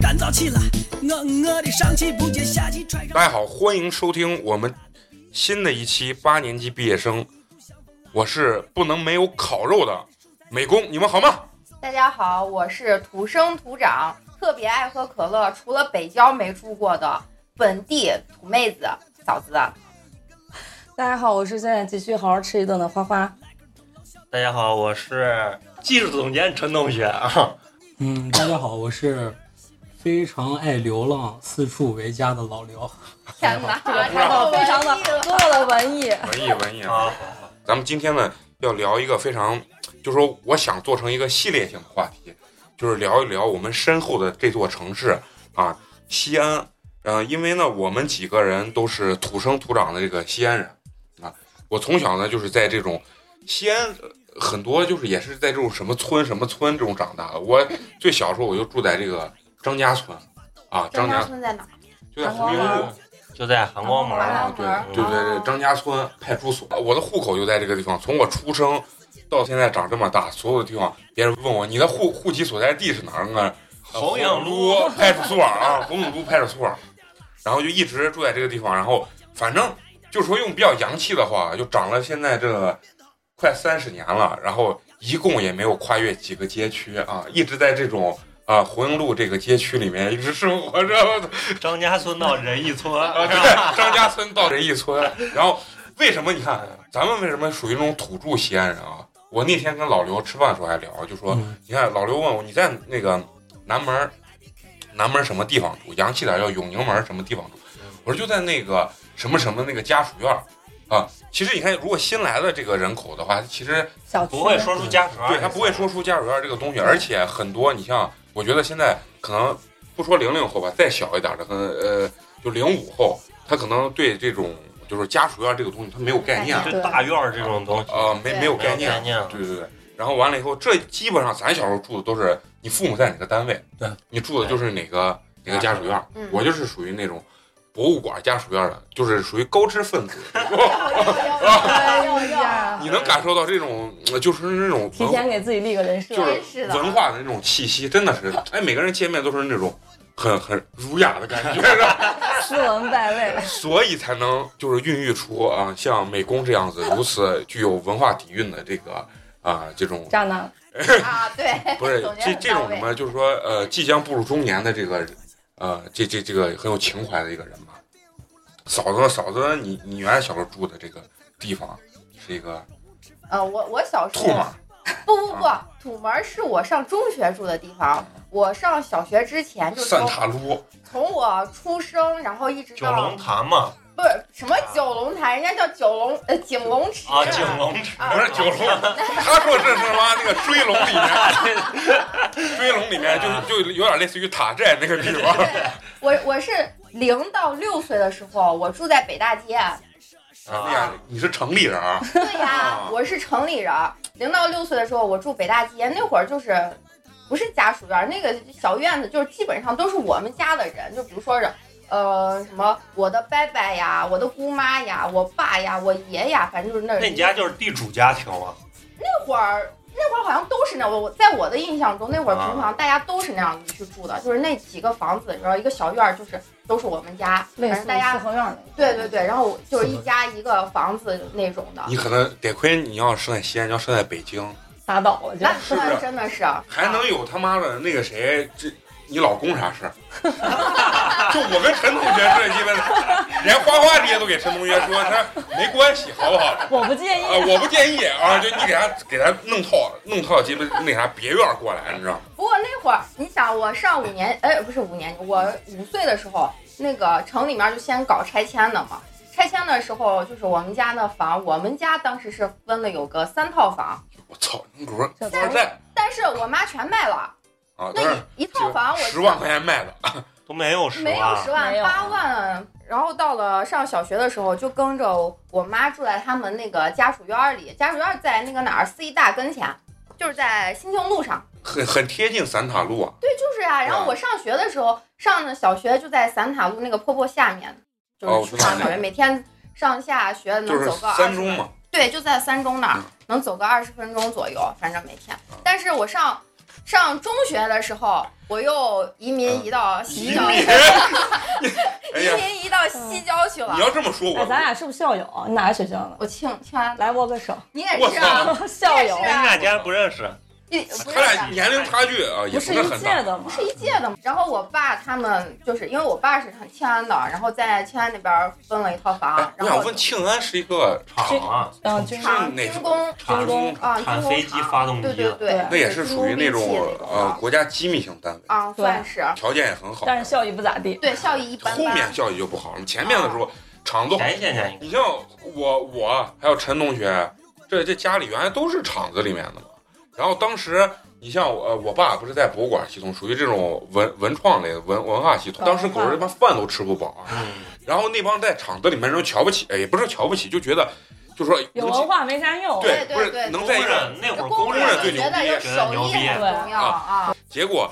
干燥起来，我我的上气不接下气，穿上大家好，欢迎收听我们新的一期八年级毕业生。我是不能没有烤肉的美工，你们好吗？大家好，我是土生土长，特别爱喝可乐，除了北郊没出过的本地土妹子嫂子。大家好，我是现在急需好好吃一顿的花花。大家好，我是技术总监陈同学啊。嗯，大家好，我是非常爱流浪、四处为家的老刘。天哪，这个开头非常的多了文艺，文艺文艺啊！好，咱们今天呢要聊一个非常，就说我想做成一个系列性的话题，就是聊一聊我们身后的这座城市啊，西安。嗯、因为呢，我们几个人都是土生土长的这个西安人啊。我从小呢就是在这种西安呃很多就是也是在这种什么村什么村这种长大的。我最小时候我就住在这个张家村啊，张张家家村在哪？就在红缨路。就在韩光门韩儿光啊，门对儿对对对，张家村派出所，我的户口就在这个地方。从我出生到现在长这么大，所有的地方，别人问我你的户户籍所在地是哪儿啊？红影影路派出所啊，红影路派出所。然后就一直住在这个地方，然后反正就说用比较洋气的话，就长了现在这快三十年了，然后一共也没有跨越几个街区啊，一直在这种啊红影路这个街区里面一直生活着。我操张家村到仁义村，啊，对，张家村到仁义村。然后为什么你看咱们为什么属于那种土著西安人啊？我那天跟老刘吃饭的时候还聊，就说嗯，你看老刘问我你在那个南门儿，南门儿什么地方住？洋气点叫永宁门儿什么地方住？我说就在那个什么什么那个家属院儿啊。其实你看，如果新来的这个人口的话，其实小区不会说出家常，对他不会说出家属院这个东西，而且很多，你像我觉得现在可能不说零零后吧，再小一点的，可能呃就零五后，他可能对这种就是家属院这个东西他没有概念，就大院儿这种东西呃没没有概念，概念。对对对。然后完了以后，这基本上咱小时候住的都是你父母在哪个单位，对，你住的就是哪个哪个家属院。嗯，我就是属于那种博物馆家属院的，就是属于高知分子，哎呀，你能感受到这种呃就是那种提文化前给自己立个人设，就是真是的文化的那种气息，真的是，哎，每个人见面都是那种很很儒雅的感觉， 是吧斯文败类。所以才能就是孕育出啊，像美工这样子如此具有文化底蕴的这个啊这 种渣男，啊，对，不是总结这很这种到位什么，就是说呃即将步入中年的这个呃这这这个很有情怀的一个人吧。嫂子呢，嫂子呢，你你原来小时候住的这个地方是一个呃，我我小时兔候嘛，不不不，土门是我上中学住的地方。我上小学之前就三从塔路，从我出生，然后一直九到龙潭嘛，不是什么九龙潭，人家叫九龙呃景龙池啊，景龙池，啊不是九龙，他说这是他妈那个追龙里面，追龙里面就就有点类似于塔寨那个地 方。我我是零到六岁的时候，我住在北大街。哎呀，你是城里人啊？对呀啊，我是城里人。零到六岁的时候，我住北大街，那会儿就是不是家属院，那个小院子就是基本上都是我们家的人，就比如说是。呃，什么我的伯伯呀，我的姑妈呀，我爸呀，我爷呀，反正就是那那你家就是地主家庭了，那会儿，那会儿好像都是那我我在我的印象中，那会儿啊平常大家都是那样子去住的，就是那几个房子，然后一个小院儿，就是都是我们家，反类正似大于四家合院的，对对对，然后就是一家一个房子那种的，你可能得亏你要生在西安，你要生在北京，打倒了就那。是不是那真的是还能有他妈的那个谁这。你老公啥事儿？ 就我跟陈同学这基本，连花花这些都给陈同学说，他说没关系，好不好？我不介啊，意，我不建议啊，就你给他给他弄套弄套鸡巴那啥别院儿过来，你知道吗？不过那会儿，你想我上五年，哎，不是五年级，我五岁的时候，那个城里面就先搞拆迁的嘛。拆迁的时候，就是我们家那房，我们家当时是分了有个三套房，我操，你给我说这富二代但是我妈全卖了，啊，那但是一一套房我十万块钱卖的，都没有啊十没有万啊十，万没，有八万。然后到了上小学的时候，就跟着我妈住在他们那个家属院儿里，家属院儿在那个哪儿四医大跟前，就是在新庆路上。很很贴近散塔路啊。对，就是呀、然后我上学的时候，上的小学就在散塔路那个坡坡下面，哦就我是知去道上那小学，个每天上下学能就是走个三20中分嘛，对，就在三中那儿嗯，能走个二十分钟左右，反正每天。但是我上上中学的时候，我又移民嗯移到西郊，民移， 哎呀，民移到西郊去了你。要这么说，我哎，咱俩是不是校友？啊你哪个学校的？我庆庆安，来握个手。你也是啊， 校友你也是咱啊俩竟然不认识，你不他是俩啊年龄差距啊也不是是一很届大。的吗？是一届的嘛。然后我爸他们就是因为我爸是庆安的，然后在庆安那边分了一套哎房，，我然想后问，庆安是一个厂啊，嗯，军厂工厂哪军种工厂工啊，军产工飞机厂发动机对对的对，那也是属于那军工呃兵器种那种呃国家机密性单位，啊，算是条件也很好。但是效益不咋地。对效益一般后面般。效益就不好了，前面的时啊候厂子好。前些年应你像我我还有陈同学，这这家里原来都是厂子里面的嘛。然后当时你像我呃我爸不是在博物馆系统，属于这种文文创类的文文化系统，当时狗日他妈饭都吃不饱啊。该，嗯，然后那帮在厂子里面人瞧不起，哎也不是瞧不起，就觉得就说有能文化没啥用。对，对对不是对能工在一个人那会儿工工人最人牛觉逼得有觉得手牛艺逼很重要啊，结果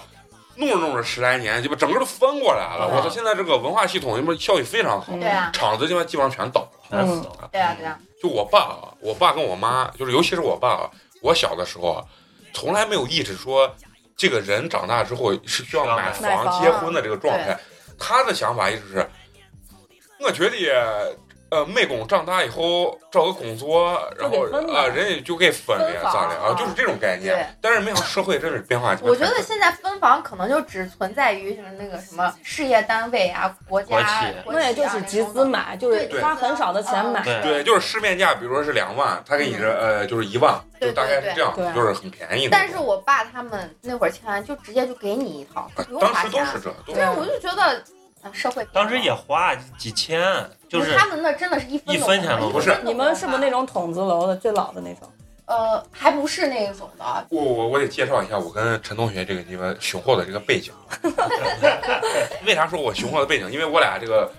弄着弄着十来年，鸡巴整个都翻过来了。对我嗯操，现在这个文化系统他妈效益非常好，嗯对啊，厂子鸡巴基本上全倒了。全死了，对啊，对啊，就我爸啊，我爸跟我妈，就是尤其是我爸啊，我小的时候啊，从来没有意识说这个人长大之后是需要买买房、房结婚的这个状态。他的想法一直是，我觉得。呃，妹工长大以后找个工作，然后就给分了啊、人家就给分了呀，分咋房的啊？啊就是这种概念对。但是没想到社会真是变化这么我快。觉得现在分房可能就只存在于就是那个什么事业单位啊、国家国企、国企啊那也就是集那资种的，买，就是对花很少的钱嗯买。对对，就是市面价，比如说是两万，他给你这、呃就是一万，嗯对就大概是这样，对对就是很便宜的。但是我爸他们那会儿签完就直接就给你一套，啊不用当花时都钱。是这，都对，我就觉得啊社会当时也花几千，就不是他们那真的是一分一分钱都没都有不是你们是不是那？种筒子楼的最老的那种？呃，还不是那种的，我我我得介绍一下我跟陈同学这个地方雄厚的这个背景。 为啥说我雄厚的背景？因为我俩这个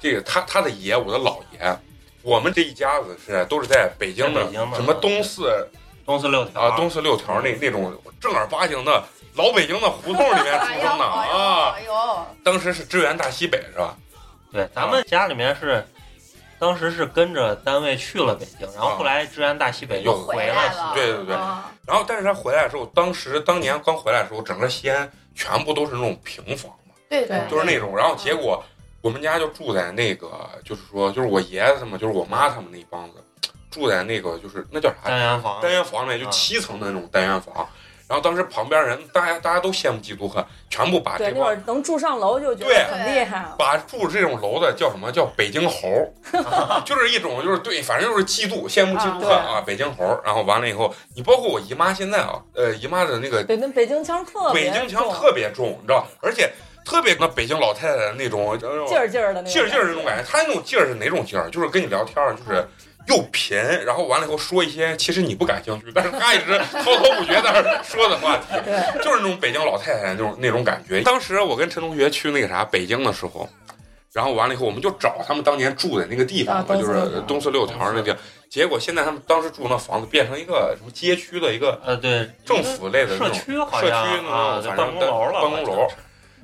这个他他的爷，我的姥爷，我们这一家子是都是在北京的在北京啊的什么东四东四六条啊东四六条那那种正儿八经的老北京的胡同里面出 哎呦生的啊。哎呦，哎当时是支援大西北是吧？对，咱们家里面是，当时是跟着单位去了北京，然后后来支援大西北又又呦回回来了了，西，啊对对对啊然后，但是他回来的时候，当时当年刚回来的时候，整个西安全部都是那种平房嘛，对对，就是那种。然后结果我们家就住在那个，就是说，就是我爷爷他们，就是我妈他们那一帮子，住在那个就是那叫啥单元房，单元房里面，就啊七层的那种单元房。然后当时旁边人，大家大家都羡慕嫉妒恨，全部把这对，那会帮儿能住上楼就觉对得很厉害啊了。把住这种楼的叫什么叫北京猴儿， 就是一种就是对，反正就是嫉妒、羡慕、嫉妒恨啊啊，北京猴儿。然后完了以后，你包括我姨妈现在啊，呃，姨妈的那个北京北京腔特北别京腔重特别重，你知道，而且特别那北京老太太的那种呃劲劲儿劲儿的那种劲儿劲儿那种感觉。她那种劲儿是哪种劲儿？就是跟你聊天儿，就是又贫，然后完了以后说一些其实你不感兴趣，但是她一直滔滔不绝在那儿说的话题，对，就是那种北京老太太那种那种感觉。当时我跟陈同学去那个啥北京的时候。然后完了以后，我们就找他们当年住的那个地方啊嘛，东就四六是条东四六条那地方。结果现在他们当时住那房子变成一个什么街区的一个呃对，政府类的那社种区好社像区那啊，种就反办正公楼了，办公楼。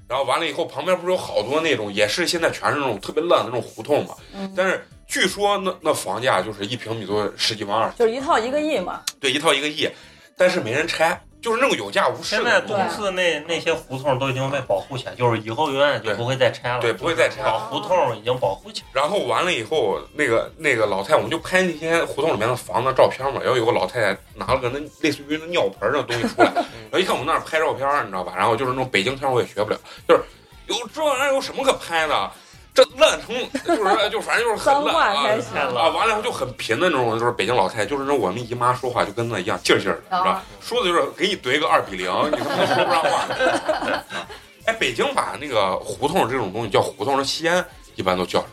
然后完了以后，旁边不是有好多那种，也是现在全是那种特别烂的那种胡同嘛。嗯但是据说那那房价就是一平米都十几万二，就是一套一个亿嘛。对，一套一个亿，但是没人拆，就是那种有价无市现在的对东东西。四那那些胡同都已经被保护起来，就是以后永远就不会再拆了，对对不会再拆了老胡同已经保护起来，然后完了以后，那个那个老太太，我们就拍那些胡同里面的房子照片嘛。然后有个老太太拿了个那类似于那尿盆儿那东西出来，嗯然后一看我们那儿拍照片儿，你知道吧？然后就是那种北京腔，我也学不了，就是有这玩意儿有什么可拍的？这烂成就是就反正就是很脏烂话啊开始太啊，了，完了以后就很贫的那种，就是北京老太太，就是那我们姨妈说话就跟那一样劲儿劲儿的，是吧啊？说的就是给你怼个二比 零，你他妈说不上话。 啊哎，北京把那个胡同这种东西叫胡同，那西安一般都叫什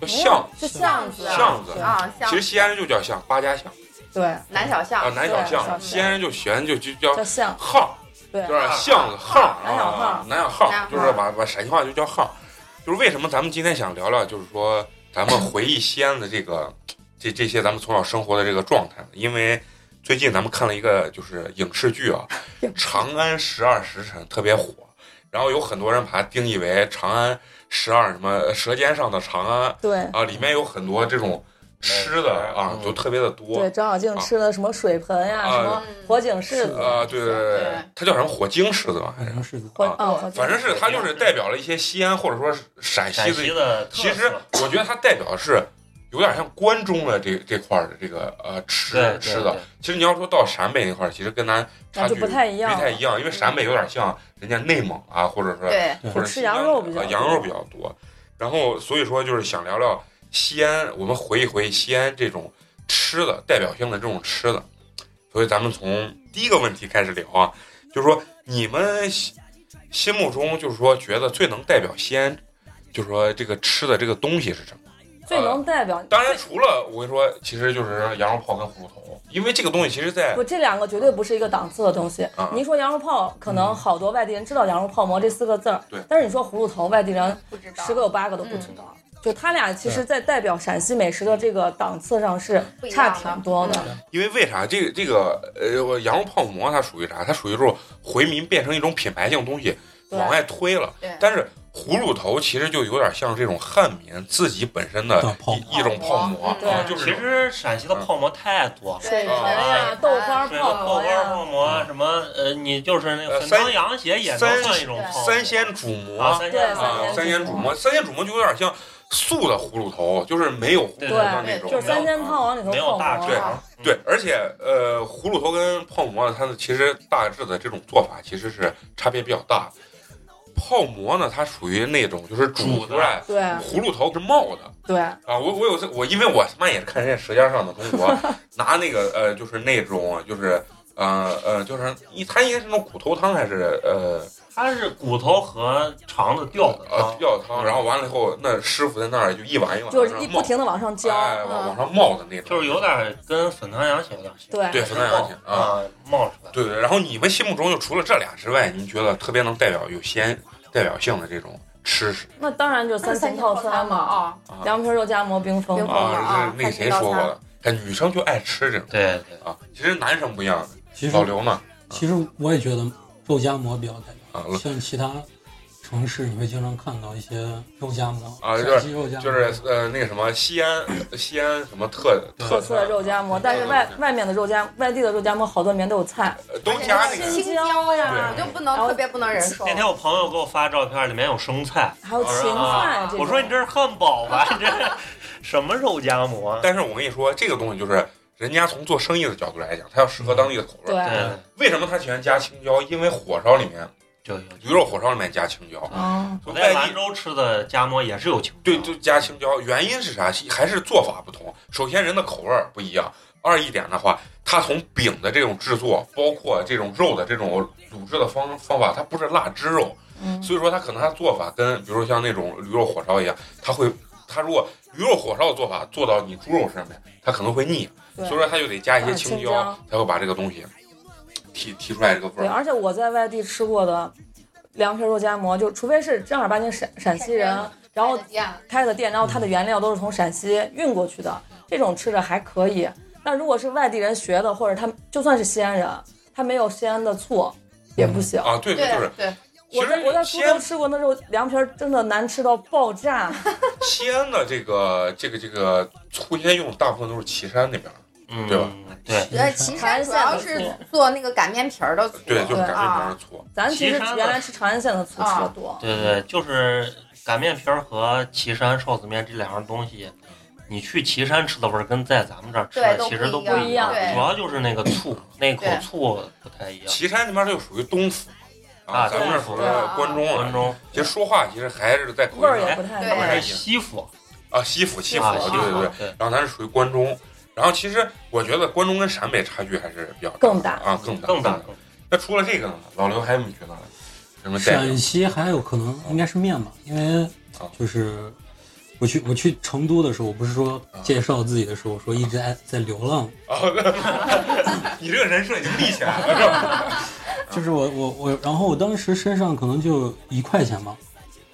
么？叫巷。是巷子哦巷子啊，其像实西安人就叫巷，八家巷对，南小巷啊，南小对小巷巷。西安人就喜欢就就叫叫巷，巷，对就是巷子巷南小巷啊，南小巷，南小巷就是把把陕西话就叫巷。就是为什么咱们今天想聊聊，就是说咱们回忆西安的这个这这些咱们从小生活的这个状态，因为最近咱们看了一个就是影视剧啊，《长安十二时辰》特别火，然后有很多人把它定义为《长安十二》什么《舌尖上的长安对》啊，里面有很多这种吃的啊，嗯就特别的多对，。张小静吃的什么水盆呀，啊什么嗯火警柿子，啊，对对对对，它叫什么火晶狮子吧？还反是正是的。火啊嗯，火警反正是它就是代表了一些西安或者说是陕西陕的西的特其实色我觉得它代表的是有点像关中的这这块儿的这个呃吃对对吃对的。其实你要说到陕北那块儿，其实跟咱差那距就不太一样嗯不太一样，因为陕北有点像人家内蒙啊，或者说对，或者吃羊肉比较啊多羊肉比较多。然后所以说就是想聊聊西安，我们回忆回忆西安这种吃的代表性的这种吃的。所以咱们从第一个问题开始聊啊，就是说你们心心目中就是说觉得最能代表西安，就是说这个吃的这个东西是什么？最能代表。呃当然，除了我跟你说，其实就是羊肉泡跟葫芦头，因为这个东西其实在不，这两个绝对不是一个档次的东西啊。嗯你一说羊肉泡，可能好多外地人知道羊肉泡馍这四个字儿对，但是你说葫芦头，外地人不知道十个有八个都不嗯知道。就他俩其实，在代表陕西美食的这个档次上是不一差样的嗯挺多嗯的。因为为啥这个这个呃我羊肉泡馍它属于啥？它属于这种回民变成一种品牌性东西对往外推了。对但是葫芦头其实就有点像这种汉民自己本身的的泡一一种哦泡馍对啊，就是嗯其实陕西的泡馍太多了。对水盆啊对呀、豆花什对么泡啊泡馍花呀泡，馍，什么呃，你就是那呃个粉三汤羊血也能三算一种泡馍。三鲜煮馍啊，三鲜对啊啊，三鲜鲜煮煮馍馍，三鲜煮馍就有点像素的葫芦头，就是没有葫芦头的那种。就是三鲜啊汤往里头没有泡大馍致啊。啊，对，而且呃，葫芦头跟泡馍呢，它的其实大致的这种做法其实是差别比较大的。泡馍呢，它属于那种就是煮煮出的来，对葫芦头是冒的对，嗯啊。我我有次我因为我他妈也是看人家《舌尖上的中 国》，拿那个呃就是那种就是呃呃就是一它应该是那种骨头汤还是呃它是骨头和肠子啊掉的呃汤，药汤，然后完了以后那师傅在那儿就一碗一碗就是往一上不冒，停的往上浇。嗯哎往往上冒的那种，就是有点跟粉汤羊血有点像。对对粉汤羊血啊啊，冒出来。对对，然后你们心目中就除了这俩之外，您觉得特别能代表有先代表性的这种吃食那当然就是三鲜鲜套嘛餐嘛，嗯啊，啊凉皮儿、肉夹馍、冰峰冰嘛。峰啊啊？是那个谁说过的？哎，女生就爱吃这种对对，啊，其实男生不一样。其实老刘呢？其实我也觉得肉夹馍比较代啊表，像其他城市你会经常看到一些肉夹馍，啊就是陕西肉夹馍，就是呃那个什么西安西安什么特特特色肉夹馍，但是对外对对外面的肉夹外地的肉夹馍好多里面都有菜，呃都加那个是青椒呀，对我就不能然后特别不能忍受那。天我朋友给我发照片，里面有生菜，还有芹菜啊这种。我说你这是汉堡吧？你这什么肉夹馍？啊但是我跟你说，这个东西就是人家从做生意的角度来讲，他要适合当地的口味儿。对对，为什么他喜欢加青椒？因为火烧里面就有。驴肉火烧里面加青椒，啊，我在外兰地州吃的啊夹馍也是有青椒，对，就加青椒，原因是啥？还是做法不同。首先，人的口味儿不一样；二一点的话，它从饼的这种制作，包括这种肉的这种卤制的方方法，它不是腊汁肉，嗯，所以说它可能它做法跟，比如说像那种驴肉火烧一样，它会，它如果驴肉火烧的做法做到你猪肉上面，它可能会腻，对所以说它就得加一些嗯青青椒，椒才会把这个东西提提出来这个味对，儿。而且我在外地吃过的凉皮儿肉夹馍，就除非是正儿八经陕陕陕西西人人，然后再见开的店，然后它的嗯原料都是从陕西运过去的，这种吃着还可以。但如果是外地人学的，或者他就算是西安人，他没有西安的醋也不行。啊，对对，就是对对，其我在我在实苏西州安吃过那肉凉皮儿，真的难吃到爆炸。西安的这个这个这个醋现在用的大部分都是岐山那边儿。嗯，对吧？对，觉得岐山呃主要是做那个擀面皮儿的醋，对，就是擀面皮儿啊，的啊醋。咱其实岐山的原来吃长安县的醋吃的多，对对，就是擀面皮儿和岐山臊子面这两样东西，嗯你去岐山吃的味儿跟在咱们这儿吃对的都其实都不一一样，样对主要就是那个醋，那口对醋不太一样。岐山那边就属于东府啊咱们这属于对啊关中关了。中其实说话其实还是在口味儿音也上不太对一他样们是西府，啊，西府西府，啊对西对府对。对，然后咱是属于关中，然后其实我觉得关中跟陕北差距还是比较更大大的啊，更更大大。那除了这个呢，老刘还有没有觉得什么代陕表？西还有可能应该是面吧，因为啊就是我去我去成都的时候，我不是说啊介绍自己的时候说一直在在流浪，哦你这个人设已经立起来了，是吧？就是我我我，然后我当时身上可能就一块钱吧，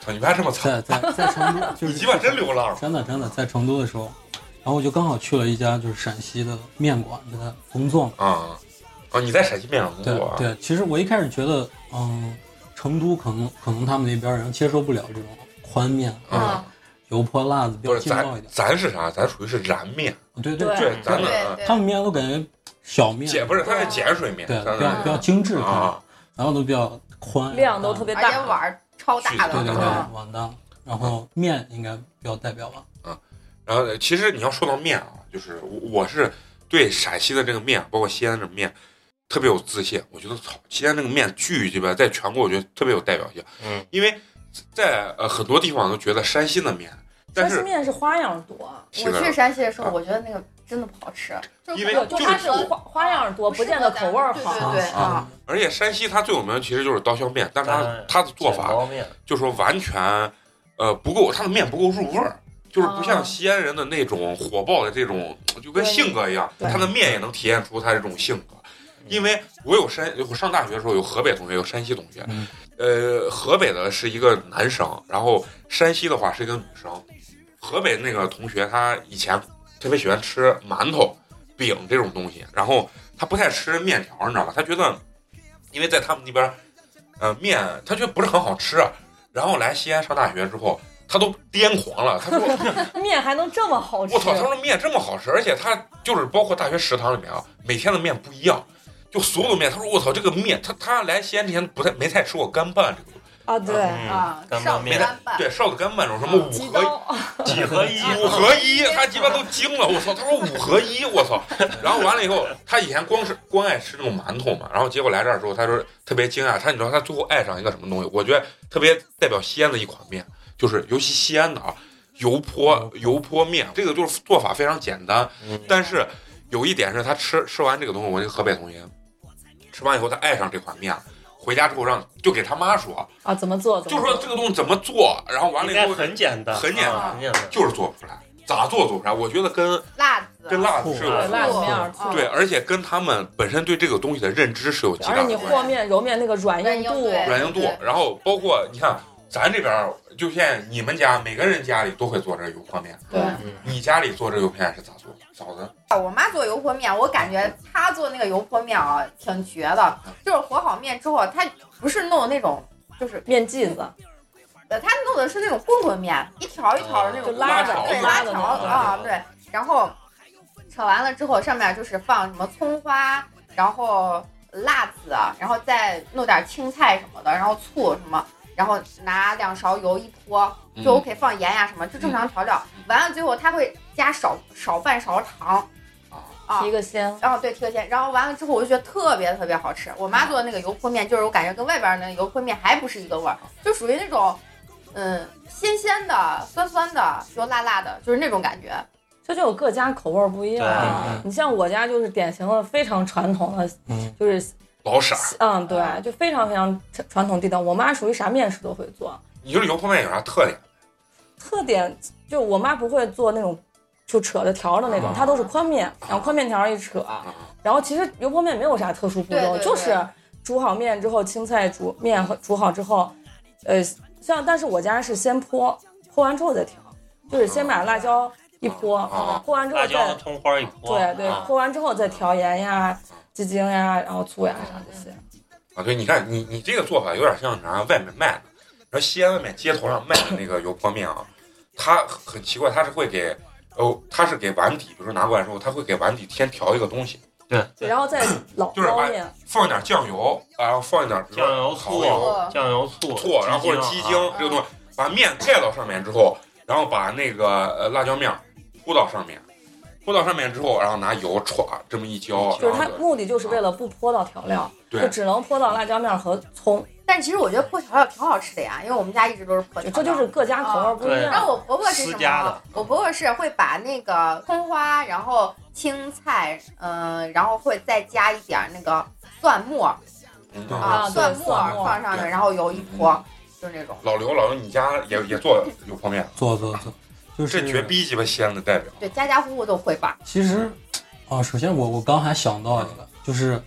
操，你爸这么惨，在在在 成都，就你是鸡巴真流浪。真的真的在成都的时候，然后我就刚好去了一家就是陕西的面馆，在那工作啊嘛。啊！你在陕西面上工对作啊？对，其实我一开始觉得，嗯，成都可能可能他们那边人接受不了这种宽面、啊，油泼辣子比不较是劲爆咱一点。咱是啥？咱属于是燃面，对对对，咱对们对他们面都感觉小面，碱不是，它是碱水面，对咱比较们比较精致，啊，然后都比较宽，啊量都特别而大啊且，碗儿超大对的，对对啊碗当，然后面应该比较代表吧。然后呃其实你要说到面啊，就是我我是对陕西的这个面，包括西安这个面，特别有自信。我觉得操，西安这个面巨鸡巴，在全国我觉得特别有代表性，嗯，因为在呃很多地方都觉得山西的面，但山西是面是花样多，是我的去山西的时候，啊我觉得那个真的不好吃，啊就因是为就就是它是花花样多，不见得口味儿对好。对啊啊，而且山西它最有名的其实就是刀削面，但是当它然它的做法卷包面，就说完全呃不够，它的面不够入味儿，就是不像哦西安人的那种火爆的这种，就跟对性格一样，对他的面也能体现出他这种性格。因为我有山，我上大学的时候有河北同学，有山西同学，嗯呃，河北的是一个男生，然后山西的话是一个女生。河北那个同学他以前特别喜欢吃馒头、饼这种东西，然后他不太吃面条，你知道吗？他觉得，因为在他们那边，呃，面他觉得不是很好吃，啊然后来西安上大学之后，他都癫狂了。他说：“面还能这么好吃我，操，他说面这么好吃，而且他就是包括大学食堂里面啊，每天的面不一样，就所有的面。他说我操，这个面，他他来西安之前不太没太吃过干拌这个东西，啊！对，嗯啊，干上拌面干拌，对，臊子干拌这种什么鸡五合刀几合一，五合一，他鸡巴都惊了，我操！他说五合一，我操！然后完了以后，他以前光是光爱吃那种馒头嘛，然后结果来这儿之后，他说特别惊讶，他你知道他最后爱上一个什么东西？我觉得特别代表西安的一款面，就是尤其西安的啊，油泼嗯油泼面，这个就是做法非常简单，嗯但是有一点是他吃吃完这个东西，我那个河北同学吃完以后，他爱上这款面了。回家之后让就给他妈说，啊，怎么做？怎就么说做这个东西怎么做，然后完了应以该后很简单，很简单啊很简单，就是做不出来，咋做做不出来。我觉得跟辣子，哦啊跟辣子是有对辣子面儿醋对，而且跟他们本身对这个东西的认知是有极而且大你的会和面、揉面那个软硬度，软软硬度对。然后包括你看，咱这边儿就现在你们家每个人家里都会做这个油泼面，对嗯你家里做这个油泼面是咋做？嫂子啊，我妈做油泼面，我感觉她做那个油泼面啊，挺绝的。就是和好面之后，她不是弄那种，就是面剂子，呃，她弄的是那种棍棍面，一条一条的那种就拉着对，拉拉着条那种啊，对。然后扯完了之后，上面就是放什么葱花，然后辣子，然后再弄点青菜什么的，然后醋什么，然后拿两勺油一泼，就嗯 OK，放盐呀、什么，就正常调料。完了最后，她会加少少半勺糖。啊提个鲜。然后对提个鲜，然后完了之后我就觉得特别特别好吃。我妈做的那个油泼面，就是我感觉跟外边儿那个油泼面还不是一个味儿，就属于那种，嗯，鲜鲜的、酸酸的又辣辣的，就是那种感觉。这就有各家口味儿不一样对嗯啊。你像我家就是典型的非常传统的，嗯，就是老傻，嗯，对，就非常非常传传统地道。我妈属于啥面食都会做，你觉得油泼面有啥特点？特点就我妈不会做那种就扯着条儿的那种，她都是宽面，然后宽面条儿一扯，然后其实油泼面没有啥特殊步对骤，对对就是煮好面之后，青菜煮面和煮好之后，呃，像但是我家是先泼，泼完之后再调，就是先把辣椒一泼，啊泼完之后辣椒和再葱花一泼，对对，啊泼完之后再调盐呀、鸡精呀，然后醋呀啥这些。啊，对，你看你你这个做法有点像啥外面卖的，然后西安外面街头上卖的那个油泼面啊，它很奇怪，它是会给哦，它是给碗底，比如说拿过来之后，它会给碗底先调一个东西，对，对然后再老就是把捞面，放一点酱油，然后放一点比如说酱油蚝醋油，啊酱油醋醋，然后或者鸡精啊这个东西，把面盖到上面之后，然后把那个呃辣椒面铺到上面，泼到上面之后，然后拿油歘这么一浇，就是它然后目的就是为了不泼到调料，对就只能泼到辣椒面儿和葱，但其实我觉得破调料挺好吃的呀，因为我们家一直都是破就调料。这就是各家口哦味不一对然样。后我婆婆是什私家么的？我婆婆是会把那个葱花，然后青菜，嗯、然后会再加一点儿那个蒜末儿嗯对啊啊，哦对蒜蒜末儿末放上去，对然后油一泼，就是那种。老刘，老刘，你家也也做油泼面，做做做，就是这绝逼鸡巴西安的代表。对，家家户户都会吧。其实，啊，首先我我刚还想到一个，就是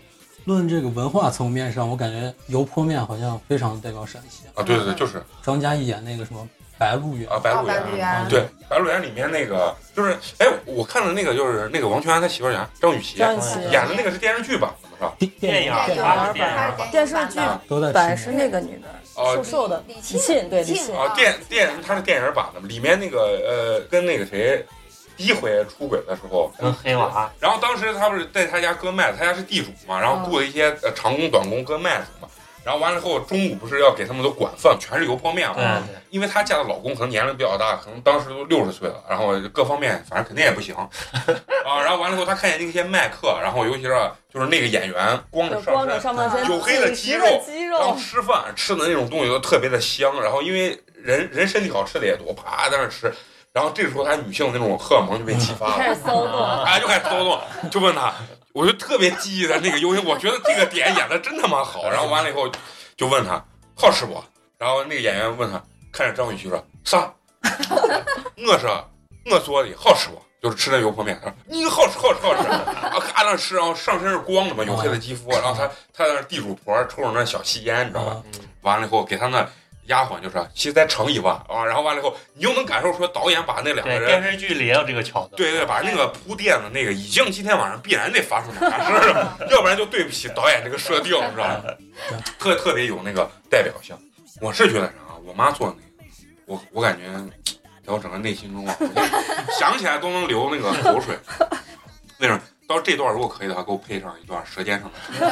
论这个文化层面上，我感觉油泼面好像非常代表陕西。啊，对对嗯对，就是张嘉译演那个什么《白鹿原啊，》，白哦啊鹿白原鹿，啊原，对，《白鹿原》里面那个就是，哎，我看的那个就是那个王全安他媳妇儿演张雨绮张雨演绮的那个是电视剧版的是吧？电电影影儿电它它是是电影啊儿电电影视版剧的都在百吃是面。那个女的，哦瘦瘦的，李李沁对李沁啊，电电他是电影版的，里面那个呃，跟那个谁第一回出轨的时候，跟黑娃然后当时他不是在他家割麦子，他家是地主嘛，然后雇了一些呃长工短工割麦子嘛，然后完了后中午不是要给他们都管饭，全是油泼面嘛，对对因为她嫁的老公可能年龄比较大，可能当时都六十岁了，然后各方面反正肯定也不行啊。然后完了以后，她看见那些麦克，然后尤其是就是那个演员光着就上光着身，上半身，黝黑的肌肌肉啊肌然后肉，吃饭吃的那种东西都特别的香，然后因为人人身体好吃的也多，啪在那吃，然后这时候她女性的那种荷尔蒙就被激发开了，始骚动。哎，就开始骚动，就问她，我就特别记忆的那个尤其我觉得这个点演的真他妈好。然后完了以后就问她好吃不？然后那个演员问她，看着张雨绮说啥？我说我做的好吃不？就是吃那油泼面，她说你好吃好吃好吃，啊咔那吃，然后上身是光的嘛，黝黑的肌肤，然后她她在那地主婆抽着那小细烟，你知道吧？啊，嗯完了以后给他那丫鬟就说，其实再盛一碗啊，然后完了以后，你就能感受出导演把那两个对，人电。视剧里也有这个桥段。对对，把那个铺垫的那个，已经今天晚上必然得发生的啥事儿了，要不然就对不起导演这个设定，你知道吗？特特别有那个代表性。我是觉得啥，我妈做的那个，我我感觉在我整个内心中啊，我就想起来都能流那个口水。为什么？到这段如果可以的话，给我配上一段《舌尖上的》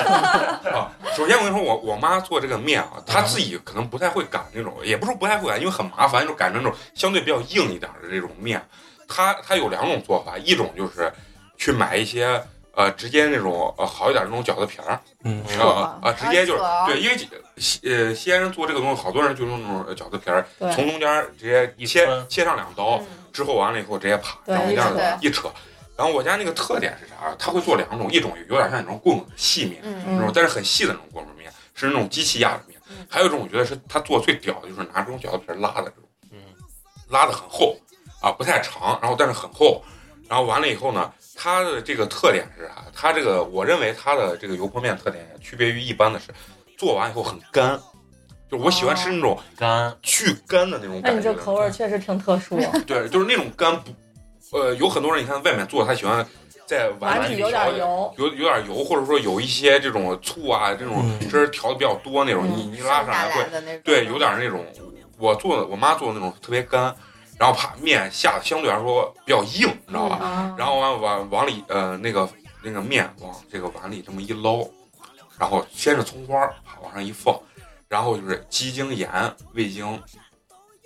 啊。首先我跟你说，我我妈做这个面啊，她自己可能不太会擀那种，也不是不太会擀，因为很麻烦，就擀成那种相对比较硬一点的这种面。她她有两种做法，一种就是去买一些呃直接那种呃好一点的那种饺子皮儿，嗯，你知道吧？啊，直接就是啊扯对，因为西呃西安人做这个东西，好多人就用那种呃饺子皮儿，对从中间儿直接一切分切上两刀，嗯之后完了以后直接啪，对然后这样对子一扯。然后我家那个特点是啥？它会做两种，一种有点像那种棍棍细面，嗯那种嗯，但是很细的那种棍棍面，是那种机器压的面嗯；还有一种我觉得是它做最屌的，就是拿这种饺子皮儿拉的这种，嗯，拉的很厚啊，不太长，然后但是很厚。然后完了以后呢，它的这个特点是啥？它这个我认为它的这个油泼面特点区别于一般的是，做完以后很干，就我喜欢吃那种干巨干的那种那感你觉这。口味儿确实挺特殊，对，就是那种干不，呃，有很多人你看外面做，他喜欢在碗碗里底有调点油，有有点油，或者说有一些这种醋啊，这种嗯汁儿调的比较多那种，嗯你你剩拉上下来会来的那种，对，有点那种我做的我妈做的那种特别干，然后把面下的相对来说比较硬，你知道吧？啊然后往往往里呃那个那个面往这个碗里这么一捞，然后先是葱花儿往上一放，然后就是鸡精、盐、味精，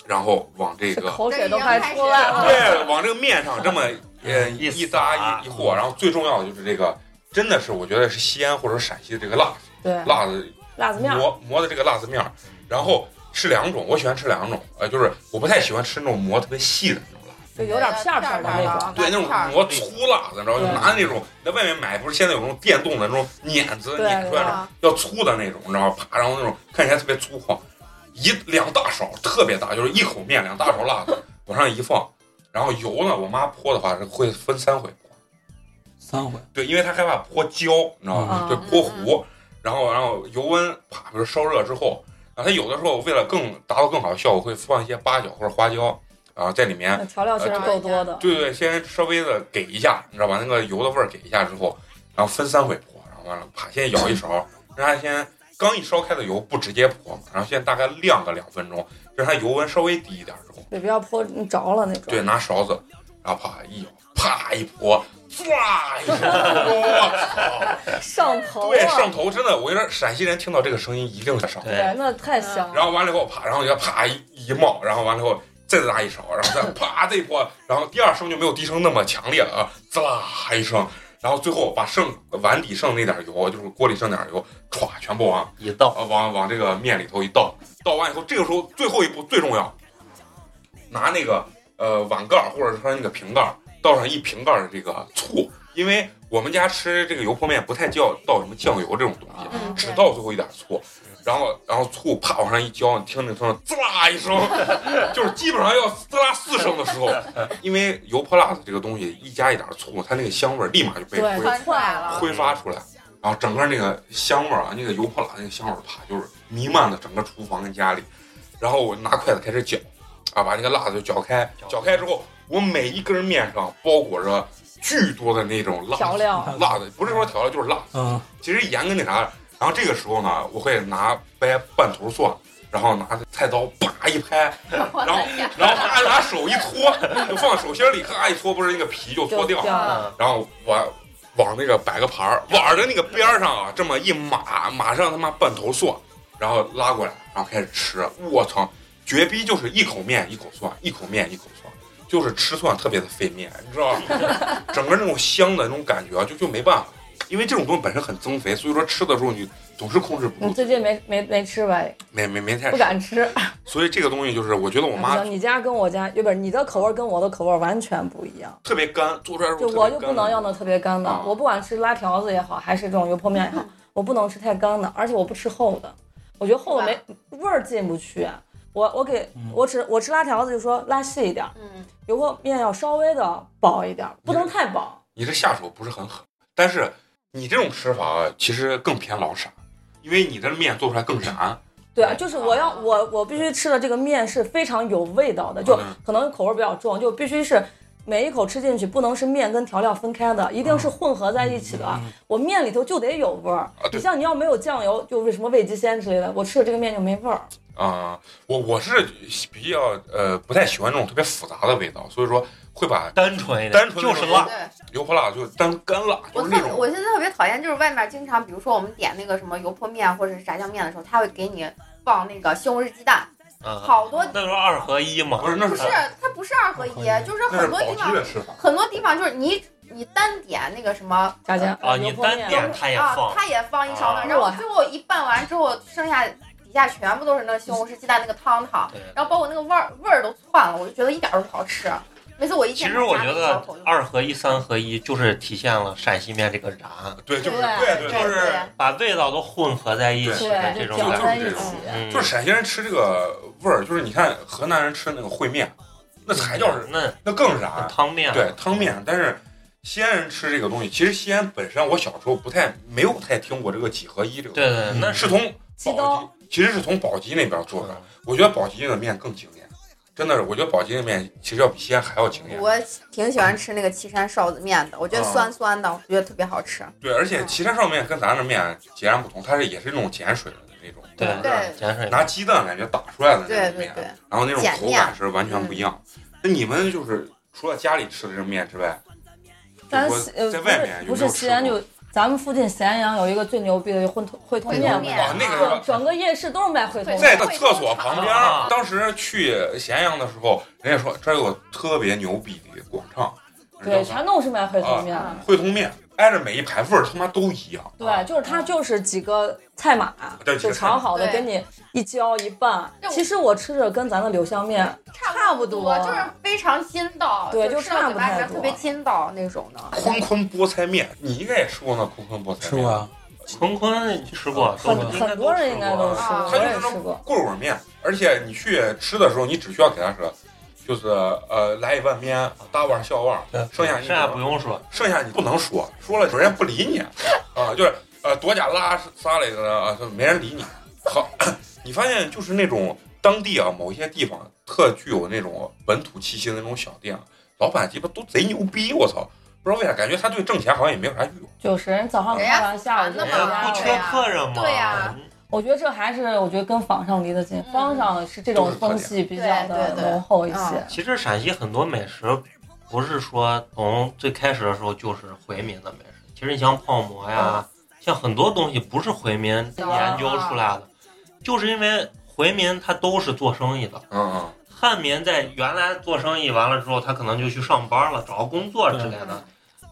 然后往这这个口水都快出来了。对，往这个面上这么嗯呃一一撒搭一一和，然后最重要的就是这个，真的是我觉得是西安或者陕西的这个辣对，辣子嗯辣子面儿，磨磨的这个辣子面儿，然后吃两种，我喜欢吃两种，呃，就是我不太喜欢吃那种磨特别细的那种辣，就有点片儿片儿的那种。对，那种磨粗辣子，你知道吗？就对拿那种在外面买不是现在有那种电动的那种碾子嗯对碾出来那种啊，要粗的那种，你知道吗？啪，然后那种看起来特别粗犷，一两大勺特别大，就是一口面两大勺辣子往上一放，然后油呢，我妈泼的话是会分三回泼，三回对，因为她害怕泼焦，你知道吗？嗯对，泼糊，然后然后油温啪，比如烧热之后，然后她有的时候为了更达到更好的效果，会放一些八角或者花椒，然后在里面那调料确实够多的，对对，先稍微的给一下，你知道吧？那个油的味儿给一下之后，然后分三回泼，然后完了，啪，先舀一勺，让它先刚一烧开的油不直接泼嘛，然后先大概晾个两分钟，让它油温稍微低一点之后，对，不要泼嗯着了那种。对，拿勺子，然后啪一舀，啪一泼，唰一声，我操！上头啊，对，上头真的，我跟你说，陕西人听到这个声音一定在上头。对对，那太香了。然后完了以后，啪，然后就啪一一冒，然后完了以后再拉一勺，然后再啪这一泼， 然后第二声就没有第一声那么强烈了啊，滋啦一声，然后最后把剩碗底剩那点油，就是锅里剩点油，歘全部往一道啊往往这个面里头一倒，倒完以后，这个时候最后一步最重要，拿那个呃碗盖儿或者说那个瓶盖儿倒上一瓶盖儿的这个醋，因为我们家吃这个油泼面不太叫倒什么酱油这种东西，嗯，只对倒最后一点醋，然后然后醋啪往上一浇，你听那声滋啦一声， 就是基本上要滋啦四声的时候，因为油泼辣子这个东西一加一点醋，它那个香味儿立马就被对挥窜出来了。挥发出来，然后整个那个香味儿啊，那个油泼辣那个香味儿啪就是弥漫的整个厨房跟家里，然后我拿筷子开始搅，啊，把那个辣子就搅开，搅开之后，我每一根面上包裹着巨多的那种辣调料辣的不是说调料就是辣。嗯，其实盐跟那啥，然后这个时候呢，我会拿掰半头蒜，然后拿菜刀啪一拍，我 然后的天，然后啪拿手一搓，就放手心里，咔一搓，不是那个皮就就搓掉，掉了。嗯，然后我往那个摆个盘儿，往着那个边儿上啊，这么一码，马上他妈半头蒜，然后拉过来，然后开始吃，我操，绝逼就是一口面一口蒜，一口面一口蒜。就是吃蒜特别的费面，你知道吗？整个那种香的那种感觉啊，就就没办法，因为这种东西本身很增肥，所以说吃的时候你总是控制不你住，嗯最近没没没吃吧？没没没太不吃。敢吃。所以这个东西就是我觉得我不妈行，你家跟我家，不是你的口味跟我的口味完全不一样。特别干，做出来的时就候我特就别干不能要那特别干的啊，我不管是拉条子也好，还是这种油泼面也好，我不能吃太干的，而且我不吃厚的，我觉得厚的是吧没味儿进不去。我我给嗯我吃我吃拉条子就说拉细一点，嗯，油泼面要稍微的薄一点，不能太薄。你这下手不是很狠，但是你这种吃法啊其实更偏老陕，因为你的面做出来嗯更燃。对啊，就是我要我我必须吃的这个面是非常有味道的，就嗯可能口味比较重，就必须是每一口吃进去不能是面跟调料分开的，一定嗯是混合在一起的。啊嗯我面里头就得有味儿。啊对你像你要没有酱油，就是什么味极鲜之类的，我吃的这个面就没味儿。啊、我我是比较呃不太喜欢这种特别复杂的味道，所以说会把单纯一点，单纯就是辣，对，油泼辣就单干辣，就我是特那别，种我现在特别讨厌，就是外面经常，比如说我们点那个什么油泼面或者是炸酱面的时候，他会给你放那个西红柿鸡蛋，嗯，好多那时候二合一嘛，不是那不是是它不是二合一二合，一就是那是很多宝鸡地方的吃法，很多地方就是你你单点那个什么炸酱啊，油你泼单面点它也啊放，，他也放一勺呢，啊然后最后一拌完之后，剩下底下全部都是那西红柿鸡蛋那个汤汤，对。然后包括那个味儿味儿都窜了，我就觉得一点都不好吃。每次我一其见实他我家觉那个小得口就二合一、三合一就是体现了陕西面这个燃，对，就是对对，对就是对把味道都混合在一起的对，就这种搅感在觉。一起。嗯就是陕西人吃这个味儿，就是你看河南人吃那个烩面，那才叫是那那更那燃，汤面，对汤面。但是西安人吃这个东西，其实西安本身我小时候不太没有太听过这个几合一这个东西，对对，那嗯是从鸡宝刀鸡，其实是从宝鸡那边做嗯的。我觉得宝鸡的面更惊艳，真的是，我觉得宝鸡的面其实要比西安还要惊艳。我挺喜欢吃那个岐山臊子面的，我觉得啊酸酸的，我觉得特别好吃。对，而且岐山烧面跟咱这面截然不同，它是也是那种碱水的那种，对对碱水拿鸡蛋感觉打出来的那对种对面，对，然后那种碱口面嗯感是完全不一样。那你们就是除了家里吃的这面之外，咱就西呃说在外面有没不是有不是吃西安过就咱们附近咸阳有一个最牛逼的就混头烩头面烩头面嘛，哦，那啊个整整个夜市都是卖烩头对在面。的厕所旁边啊儿，当时去咸阳的时候，人家说这儿有个特别牛逼的广场，对，全都是卖烩头面的。汇通面挨着每一排味儿他妈都一样。对，就是它就是几个菜码啊对几就个菜码炒好的，嗯对给你一浇一拌这。我其实我吃着跟咱的柳香面差不多就是非常筋道，对就就吃到嘴差不巴里太面多特别筋道那种的。坤坤菠菜面，你应该也吃过那坤坤菠菜吃面，过啊，坤坤吃过，很都很多人应该都吃吃过，啊哦我它就也是那吃种过。棍棍面，而且你去吃的时候，你只需要给他说，就是呃来一碗面，大碗小碗，对嗯剩下过，你剩下不用说，剩下你不能说，说了人家不理你啊，就是呃多加拉撒来的啊，就没人理你。好，你发现就是那种当地啊某一些地方特具有那种本土气息的那种小店，老板鸡巴都贼牛逼，我操！不知道为啥，感觉他对挣钱好像也没有啥欲望。就是人早上人家开完，下午就那人回么家了家不对缺呀客人嘛，对呀我觉得这还是我觉得跟坊上离得近，嗯坊上是这种风气比较的浓厚一对对啊些。其实陕西很多美食，不是说从最开始的时候就是回民的美食。其实你像泡馍呀，像很多东西不是回民研究出来的，就是因为回民他都是做生意的，嗯嗯，汉民在原来做生意完了之后，他可能就去上班了，找个工作之类的。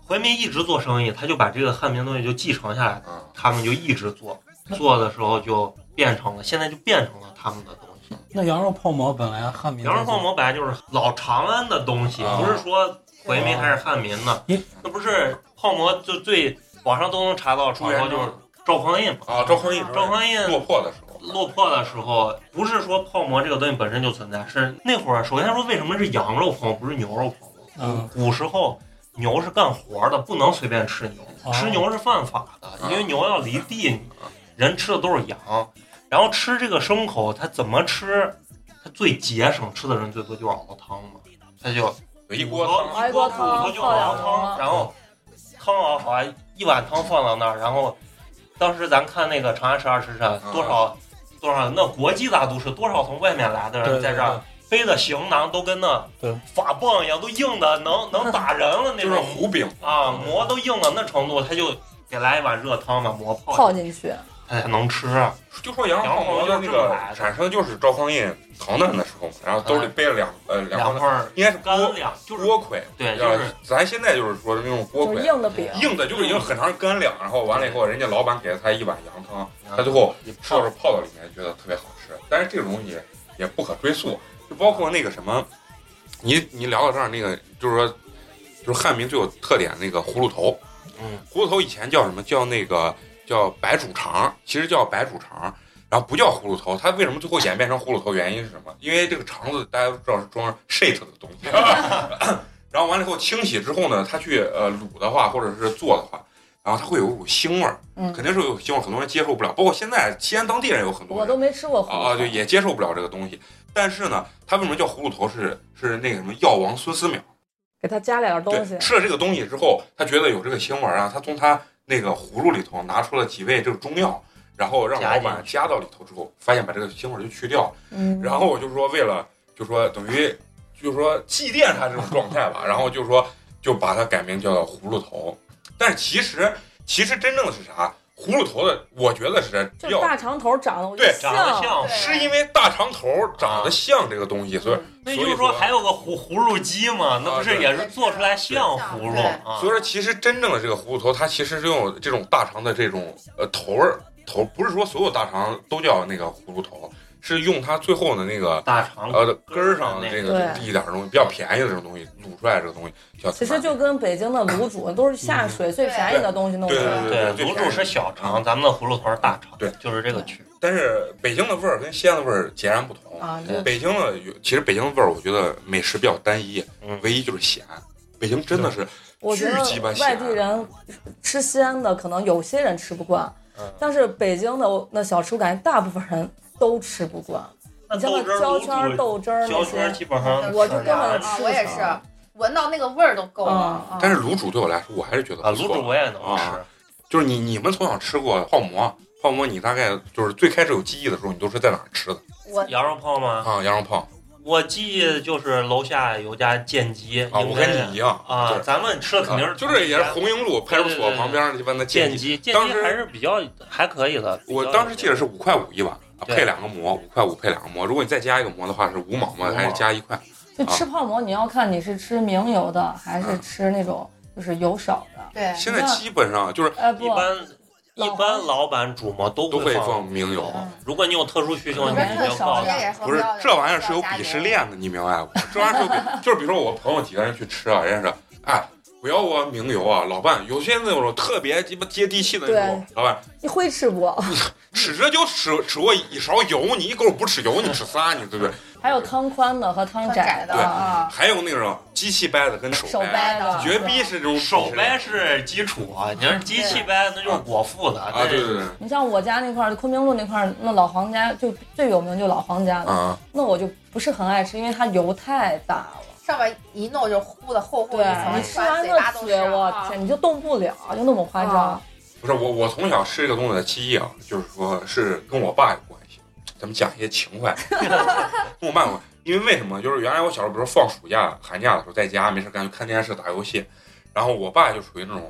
回民一直做生意，他就把这个汉民东西就继承下来，嗯啊，他们就一直做，做的时候就变成了，现在就变成了他们的东西。那羊肉泡馍本来汉民羊肉泡，馍本来就是老长安的东西，啊不是说回民还是汉民呢因。那不是泡馍就最网上都能查到，朱传元说就是璋赵匡胤嘛。啊，赵匡胤赵匡胤落魄的时候，落魄的时候，不是说泡馍这个东西本身就存在，是那会儿首先说为什么是羊肉泡馍不是牛肉泡馍？嗯，古时候牛是干活的，不能随便吃牛，哦吃牛是犯法的，因为牛要犁地，人吃的都是羊，然后吃这个牲口，它怎么吃？它最节省，吃的人最多就是熬汤嘛，它就有一锅汤，哎一锅骨头就熬汤，然后汤熬好，一碗汤放到那儿，然后当时咱看那个《长安十二时辰》，多少嗯多少那国际大都市，多少从外面来的嗯人在这儿背的行囊都跟那法棒一样，都硬的能能打人了那就是种胡饼啊，馍都硬到那程度，他就给来一碗热汤把馍泡泡进去，进去，他才能吃啊。就说羊肉泡馍就是那个产生就是赵匡胤逃难的时候，然后兜里背了两呃哎两两块块，儿应该是干锅粮，就是锅盔，啊对，就是咱现在就是说的那种锅就是盔。硬的饼，硬的就是已经很长干粮，然后完了以后，人家老板给了他一碗羊汤，他最就后你泡着泡到里面，觉得特别好吃。但是这种东西也不可追溯，就包括那个什么，你你聊到这儿，那个就是说，就是汉民最有特点那个葫芦头，嗯，葫芦头以前叫什么？叫那个叫白煮肠，其实叫白煮肠，然后不叫葫芦头。它为什么最后演变成葫芦头？原因是什么？因为这个肠子大家都知道是装 shit 的东西， 然后完了以后清洗之后呢，它去呃卤的话，或者是做的话。然后它会有一股腥味儿，嗯肯定是有腥味儿，很多人接受不了。包括现在西安当地人有很多我人都没吃过啊，葫芦对，。也接受不了这个东西。但是呢，它为什么叫葫芦头是？是那个什么药王孙思邈，给它加点东西对，，吃了这个东西之后，他觉得有这个腥味儿啊，他从他那个葫芦里头拿出了几味这个中药，然后让加老进板去加到里头之后，发现把这个腥味儿就去掉了。嗯，然后我就说为了，就说等于，就说祭奠他这种状态吧，然后就说就把它改名叫做葫芦头。但是其实其实真正的是啥？葫芦头的，我觉得是就是要大啊长头长得我觉对得长得像对是因为大长头长得像这个东西，所以那就是说还有个葫葫芦鸡嘛，那不是也是做出来像葫芦啊？啊所以说，其实真正的这个葫芦头，它其实是用这种大肠的这种呃头儿头，不是说所有大肠都叫那个葫芦头，是用它最后的那个大肠呃根儿上的这个对一点儿东西，比较便宜的这种东西卤出来这个东西叫其什实么。就跟北京的卤煮都是下水最便宜的东西弄出对来，对对，最卤便宜煮是小肠，咱们的葫芦头是大肠，对，就是这个区别。但是北京的味儿跟西安的味儿截然不同。啊，就北京的有其实北京的味儿，我觉得美食比较单一，嗯唯一就是咸。北京真的是我觉巨鸡巴得咸外地人吃西安的，可能有些人吃不惯，嗯但是北京的那小吃，我感觉大部分人都吃不惯。那你像豆汁那焦儿、卤圈儿、煮、豆汁儿那焦圈儿些，基本上我就根本啊，啊，我也是，闻到那个味儿都够了。嗯啊但是卤煮对我来说，我还是觉得不啊卤错煮我也能啊吃，就是你你们从小吃过泡馍，泡馍你大概就是最开始有记忆的时候，你都是在哪儿吃的我羊肉泡吗？啊？羊肉泡我记忆就是楼下有家建鸡，啊，我跟你一样啊，咱们吃的肯定是就是也是红缨路派出所旁边那地方的建鸡，鸡，建当鸡时还是比较还可以的。我当时记得是五块五一碗，啊对配两个馍，五块五配两个馍。如果你再加一个馍的话，是五毛嘛，五毛还是加一块？就吃泡馍，你要看你是吃明油的还嗯是吃那种就是油少的。对现在基本上就是哎一不，般一老般老板煮嘛都都会放放明油，嗯如果你有特殊需求，里你面就特要少告一诉点他。不是这玩意儿是有鄙视。链的，你明白不？这玩意儿是有鄙，就是比如说我朋友几个人去吃啊，人家说，哎，不要我明油啊，老伴，有些那种特别鸡巴接地气的那种老板，你会吃不？吃这就吃吃过一勺油，你一口不吃油，你吃啥？你对不对？ 还有汤宽的和汤窄的对啊，还有那种机器掰的跟手手掰，掰的，啊绝逼是这种手掰。是基础啊，你要是机器掰，那就是果腹的。啊，对对对，你像我家那块儿，昆明路那块儿，那老黄家就最有名就老黄家了。啊，那我就不是很爱吃，因为它油太大了。上面一弄就糊的厚厚一对层，你吃完嘴那巴都是嘴，我啊。天，你就动不了，就那么夸张啊。不是我，我从小吃这个东西的记忆啊，就是说是跟我爸有关系。咱们讲一些情 怀，跟我爸有关。因为为什么？就是原来我小时候，比如说放暑假、寒假的时候，在家没事干就看电视、打游戏，然后我爸就属于那种，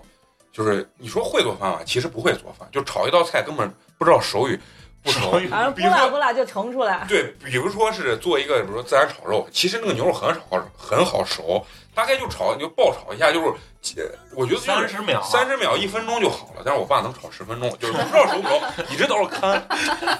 就是你说会做饭吧，其实不会做饭，就炒一道菜根本不知道手语，不熟。反正比啊不如辣说不辣就盛出来。对，比如说是做一个，比如说孜然炒肉，其实那个牛肉很好很好熟，大概就炒你就爆炒一下，就是几我觉得就三是十秒，啊三十秒一分钟就好了。但是我爸能炒十分钟，就是不知道熟不熟，一直都是看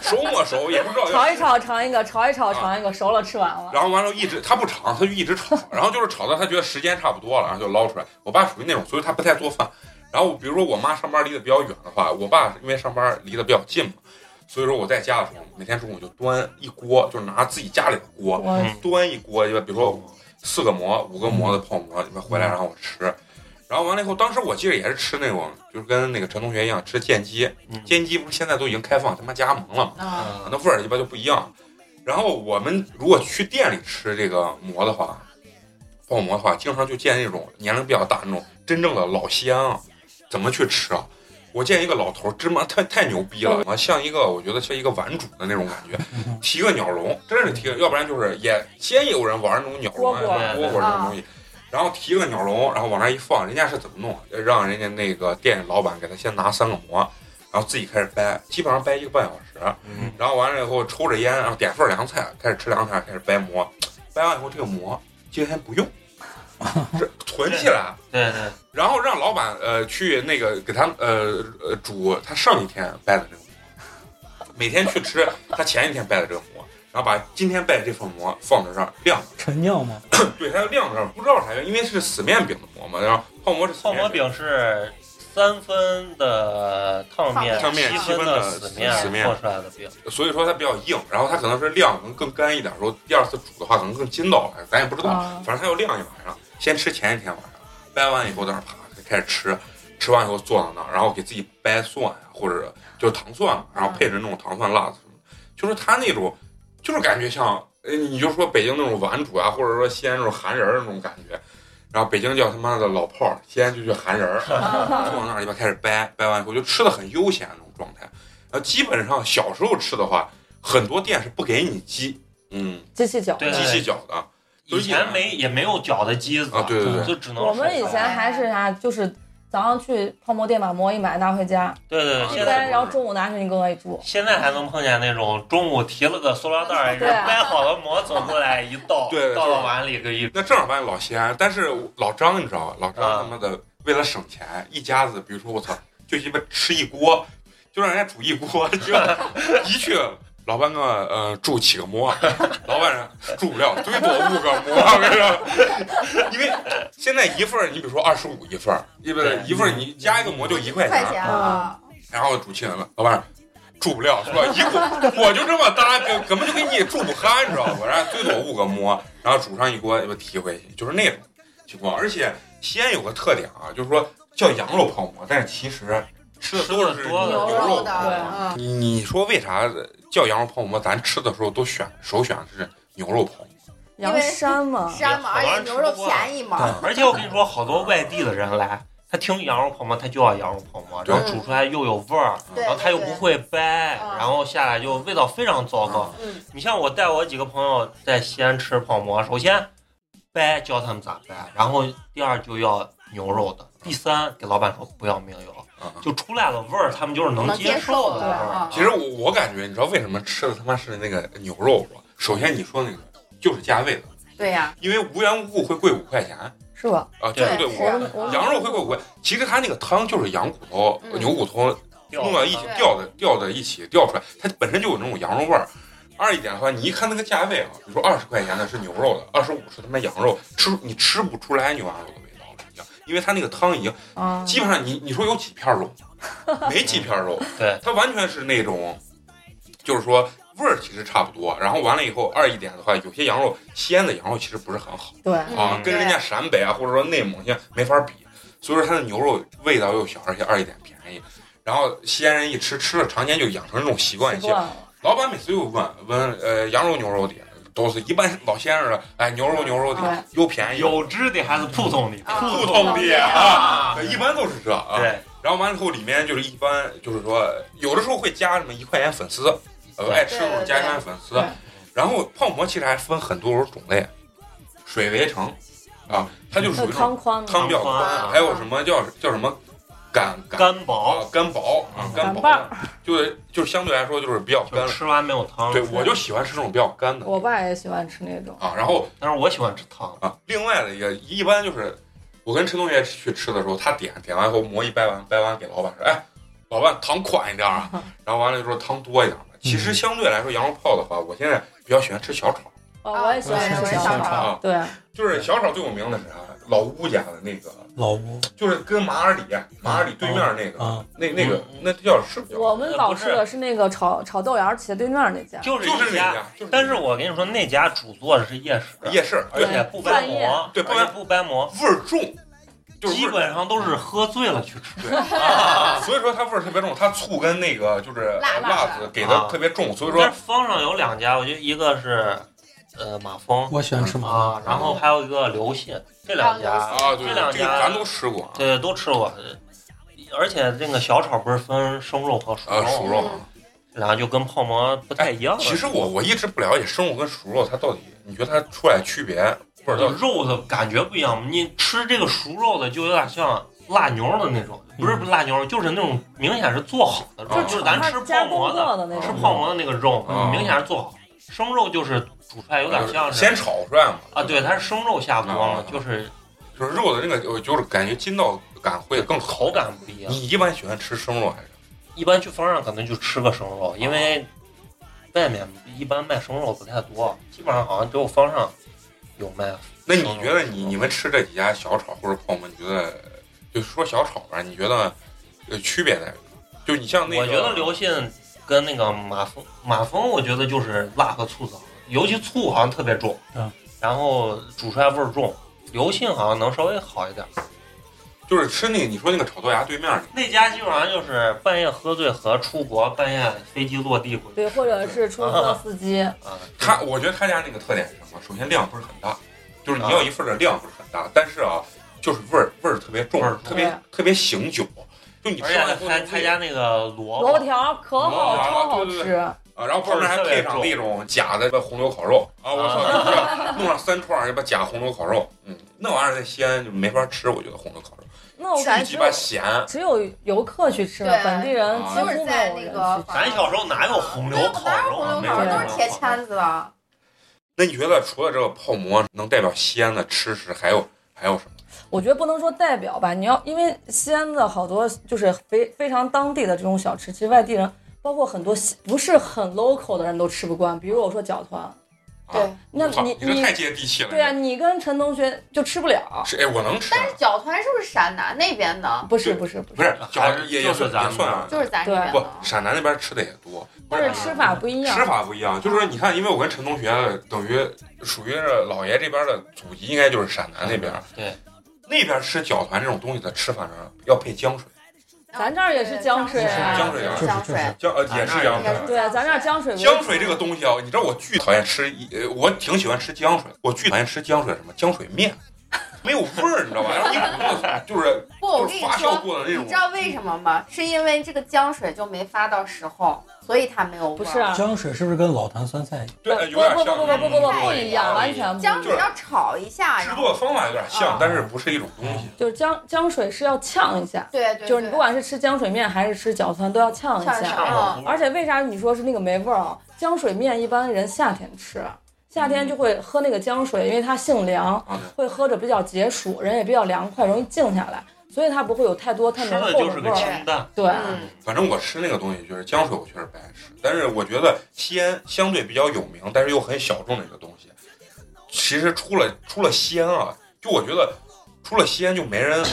熟没熟也不知道要。炒一炒，尝一个；炒一炒，尝一个。熟了吃完了。啊然后完了，一直他不尝，他就一直炒，然后就是炒到他觉得时间差不多了，然后就捞出来。我爸属于那种，所以他不太做饭。然后比如说我妈上班离得比较远的话，我爸因为上班离得比较近嘛，所以说我在家的时候，每天中午就端一锅，就是拿自己家里的锅我嗯端一锅，就比如说四个馍、五个馍的泡馍，你们回来然后我吃。然后完了以后，当时我记得也是吃那种，就是跟那个陈同学一样吃煎鸡，嗯煎鸡不是现在都已经开放他妈加盟了吗？啊，啊，那味儿一般就不一样。然后我们如果去店里吃这个馍的话，泡馍的话，经常就见那种年龄比较大那种真正的老西安啊，怎么去吃啊？我见一个老头儿，芝麻太太牛逼了，啊，像一个我觉得像一个玩主的那种感觉，提个鸟笼，真是提个，要不然就是也先有人玩那种鸟笼啊，什么蝈蝈蝈蝈这种东西，然后提个鸟笼，然后往那一放，人家是怎么弄？啊让人家那个店老板给他先拿三个馍，然后自己开始掰，基本上掰一个半小时，嗯然后完了以后抽着烟，然后点份凉菜，开始吃凉菜，开始掰馍，掰完以后这个馍今天不用，这囤起来，对对，然后让老板呃去那个给他呃呃煮他上一天掰的这个馍，每天去吃他前一天掰的这个馍，然后把今天掰的这份馍放在这儿晾着，陈酿嘛，对，它要晾着，不知道啥原因，因为是死面饼的馍嘛，然后泡馍是死泡面馍饼是三分的烫面，烫面七七分的的死死面做出来的饼。所以说它比较硬，然后它可能是晾可能更干一点，然后第二次煮的话可能更筋道了，哎咱也不知道，啊反正它要晾一晚上，先吃前一天晚上，掰完以后在那儿啪开始吃，吃完以后坐到那儿，然后给自己掰蒜呀，或者就是糖蒜啊嘛，然后配着那种糖蒜辣子什么的，就是它那种，就是感觉像，呃你就说北京那种碗主啊，或者说西安那种韩人儿那种感觉。然后北京叫他妈的老炮儿，西安就叫韩人儿，啊坐那儿里边开始掰，掰完以后就吃的很悠闲那种状态。呃，基本上小时候吃的话，很多店是不给你鸡，嗯，机器搅。对机器搅的啊，以前没也没有搅的机子，对对对，就只能我们手以擀前还是啥，就是早上去泡馍店把馍一买拿回家，对对，啊现对在掰，然后中午拿去你哥哥一煮。现在还能碰见那种中午提了个塑料袋儿，人对啊掰好了馍走过来一倒对，倒就到是碗里个一那正儿八经老西安，但是老张你知道吧？老张啊他妈的为了省钱，一家子，比如说我操，就鸡巴吃一锅，就让人家煮一锅， 就一去。老板给我呃煮几个馍，老板说煮不了，最多五个馍。我跟你说，因为现在一份儿你比如说二十五一份儿，一份儿对一份儿你加一个馍就一块块钱，钱啊，然后煮气人了，老板住不了是吧？一股 我就这么搭，根根本就给你住不憨，你知道吧？然后最多五个馍，然后煮上一锅就提回去，就是那种情况。而且西安有个特点啊，就是说叫羊肉泡馍，但是其实吃的都是嗯吃的多牛牛肉肉泡的，馍。嗯，你你说为啥叫羊肉泡馍？咱吃的时候都选首选是牛肉泡馍。因羊为 山嘛，山啊嘛，而且牛肉便宜嘛，而且我跟你说，好多外地的人来，他听羊肉泡馍，他就要羊肉泡馍，对然后煮出来又有味儿，对然后他又不会掰，对啊对然后下来就味道非常糟糕。嗯，你像我带我几个朋友在西安吃泡馍，首先掰教他们咋掰，然后第二就要牛肉的，第三给老板说不要明油啊，就出来了味儿，他们就是能能接接受受的的味儿啊。其实我我感觉，你知道为什么吃的他妈是那个牛肉不？首先你说那个就是价位的，对呀，因为无缘无故会贵五块钱是吧？啊，对不对？对我是啊我羊肉会不会？其实它那个汤就是羊骨头、嗯牛骨头掉弄到一起对吊的吊在一起吊出来，它本身就有那种羊肉味儿。二一点的话，你一看那个价位啊，比如说二十块钱的是牛肉的，二十五是他妈羊肉，吃你吃不出来牛羊肉的味道了，已经，因为它那个汤已经啊，基本上你你说有几片肉，没几片肉，对，它完全是那种，就是说味儿其实差不多。然后完了以后，二一点的话，有些羊肉西安的羊肉其实不是很好。对，啊嗯，跟人家陕北啊，或者说内蒙像没法比，所以说它的牛肉味道又小，而且二一点便宜。然后西安人一吃，吃了常年就养成这种习惯习一些。惯了。老板每次又问问，呃，羊肉牛肉的都是一般老先生的，哎，牛肉牛肉的又便宜有汁的还是普通的，啊普通的啊，啊，一般都是这啊。对，然后完了以后，里面就是一般就是说，有的时候会加什么一块钱粉丝，呃，对爱吃的时候加一对块对钱粉丝对。然后泡馍其实还分很多种类，水围城啊，它就属于那种那汤宽嘛，汤比较宽，汤宽啊还有什么叫叫什么干干干薄，啊干薄啊干薄干拌的，就是就是相对来说就是比较干就。吃完没有汤。对，我就喜欢吃这种比较干的我爸也喜欢吃那种，啊。然后但是我喜欢吃汤。啊，另外的也一般就是，我跟陈同学去吃的时候，他点点完以后馍一掰完，掰完给老板说，哎，老板汤宽一点啊。然后完了就说汤多一点吧。其实相对来说，羊肉泡的话，我现在比较喜欢吃小炒，哦，我也喜啊对欢我吃也喜小欢吃炒。啊。对，就是小炒最有名的是啥？老乌家的那个，老吴就是跟马尔里马尔里对面那个，啊，那那个嗯那叫是呃不叫？我们老吃的是那个炒炒豆芽儿斜对面那家，就是就是那一家，家，就是那家但是我跟你说，那家主做的是夜市，夜市，而而且且不掰馍，对而不掰且不掰馍，味儿重，就是嗯味基儿啊本上都是喝醉了去吃。所以说它味儿特别重，它醋跟那个就是辣呃辣辣子的给啊的特别重，所以但说是方上有两家，我觉得一个是呃马蜂我喜欢吃麻辣。啊，然后还有一个刘信，这两啊家嗯啊，这对，两这个家咱都吃过啊，对都吃过，而且那个小炒不是分生肉和熟啊，熟肉，肉啊。然后就跟泡馍不太一样了。其实我我一直不了解生肉跟熟肉它到底，你觉得它出来区别，或者到底肉的感觉不一样，你吃这个熟肉的就有点像辣牛的那种，不是嗯不是辣牛，就是那种明显是做好的就肉，哦是就是咱它吃加泡工馍的，过的那吃种。泡馍的那个肉啊，明显是做好。生肉就是煮出来有点像是先炒出来嘛？啊，对，它是生肉下锅啊嘛，就是就是肉的那个，呃就是感觉筋道感会更好。口感不一样。你一般喜欢吃生肉还是？一般去方上可能就吃个生肉，因为外面一般卖生肉不太多，基本上好像只有方上有卖。那你觉得你你们吃这几家小炒或者泡馍，你觉得就说小炒吧，你觉得呃区别在哪？就你像那个，我觉得刘信跟那个马蜂，马蜂我觉得就是辣和醋糟，尤其醋好像特别重，嗯，然后煮出来味儿重。刘信好像能稍微好一点，就是吃那个你说那个炒豆芽对面那个那家基本上就是半夜喝醉和出国，半夜飞机落地回去对，或者是出租车司机，啊。他，我觉得他家那个特点是什么？首先量不是很大，就是啊你要一份儿的量不是很大，但是啊，就是味儿味儿特别重味儿，特别重特别醒酒。就你而吃且完以后他他家那个哦萝萝卜卜，条儿可好，哇超好对对吃。对啊，然后旁边还配上那种假的红柳烤肉啊，我操，就是吧弄上三串儿，一把假红柳烤肉，嗯，那玩意儿在西安就没法吃，我觉得红柳烤肉哎那我巨感觉鸡只巴有咸，只有游客去吃，对本地人啊几都乎没是有在人那去嗯个吃。咱小时候哪有红对柳我烤哪有肉红啊？柳没烤有肉都红是柳铁烤肉签子的。那你觉得除了这个泡馍，能代表西安的吃食还有还有什么？我觉得不能说代表吧，你要因为西安的好多就是非非常当地的这种小吃，其实外地人包括很多西不是很 local 的人都吃不惯。比如我说饺团，啊，对那我操你你这太接地气了，对啊，你跟陈同学就吃不了，是哎，我能吃，但是饺团是不是陕南那边的？不是不是不不是，是饺还子是也就也是算咱也们算的啊就是咱这边不的，。陕南那边吃的也多，不但是吃法不一样。吃法不一样，就是你看，因为我跟陈同学等于属于是老爷这边的祖籍，应该就是陕南那边。对，那边吃饺团这种东西的吃法呢，要配浆水，咱这儿也是江水啊江水啊就是江就是水，浆呃哎也是浆应该水。是对啊，咱这儿江水为浆水这个东西啊，你知道我巨讨厌吃，呃，我挺喜欢吃浆水，我巨讨厌吃浆水什么浆水面，没有味儿，你知道吧？然后一股就是不，我就跟是你发酵说，过的那你种知，道为什么吗？是因为这个浆水就没发到时候，所以它没有味不儿是啊江水是不是跟老坛酸菜一样？对，有不点不像不不不不不不一样，不完一全不样一浆样。水要炒一下，制然作后方法有点像，但是不是一种东西。就是江江水是要呛一下，对对，就是你不管是吃江水面还是吃饺子都要呛一像下。啥？而且为啥你说是那个没味儿啊？江水面一般人夏天吃，夏天就会喝那个江水，因为它性凉，啊，会喝着比较解暑，人也比较凉快，容易静下来，所以它不会有太多太吃浓的厚就是味个儿。清淡，对，嗯，反正我吃那个东西就是浆水，我确实不爱吃。但是我觉得西安相对比较有名，但是又很小众的一个东西，其实出了出了西安啊，就我觉得出了西安就没人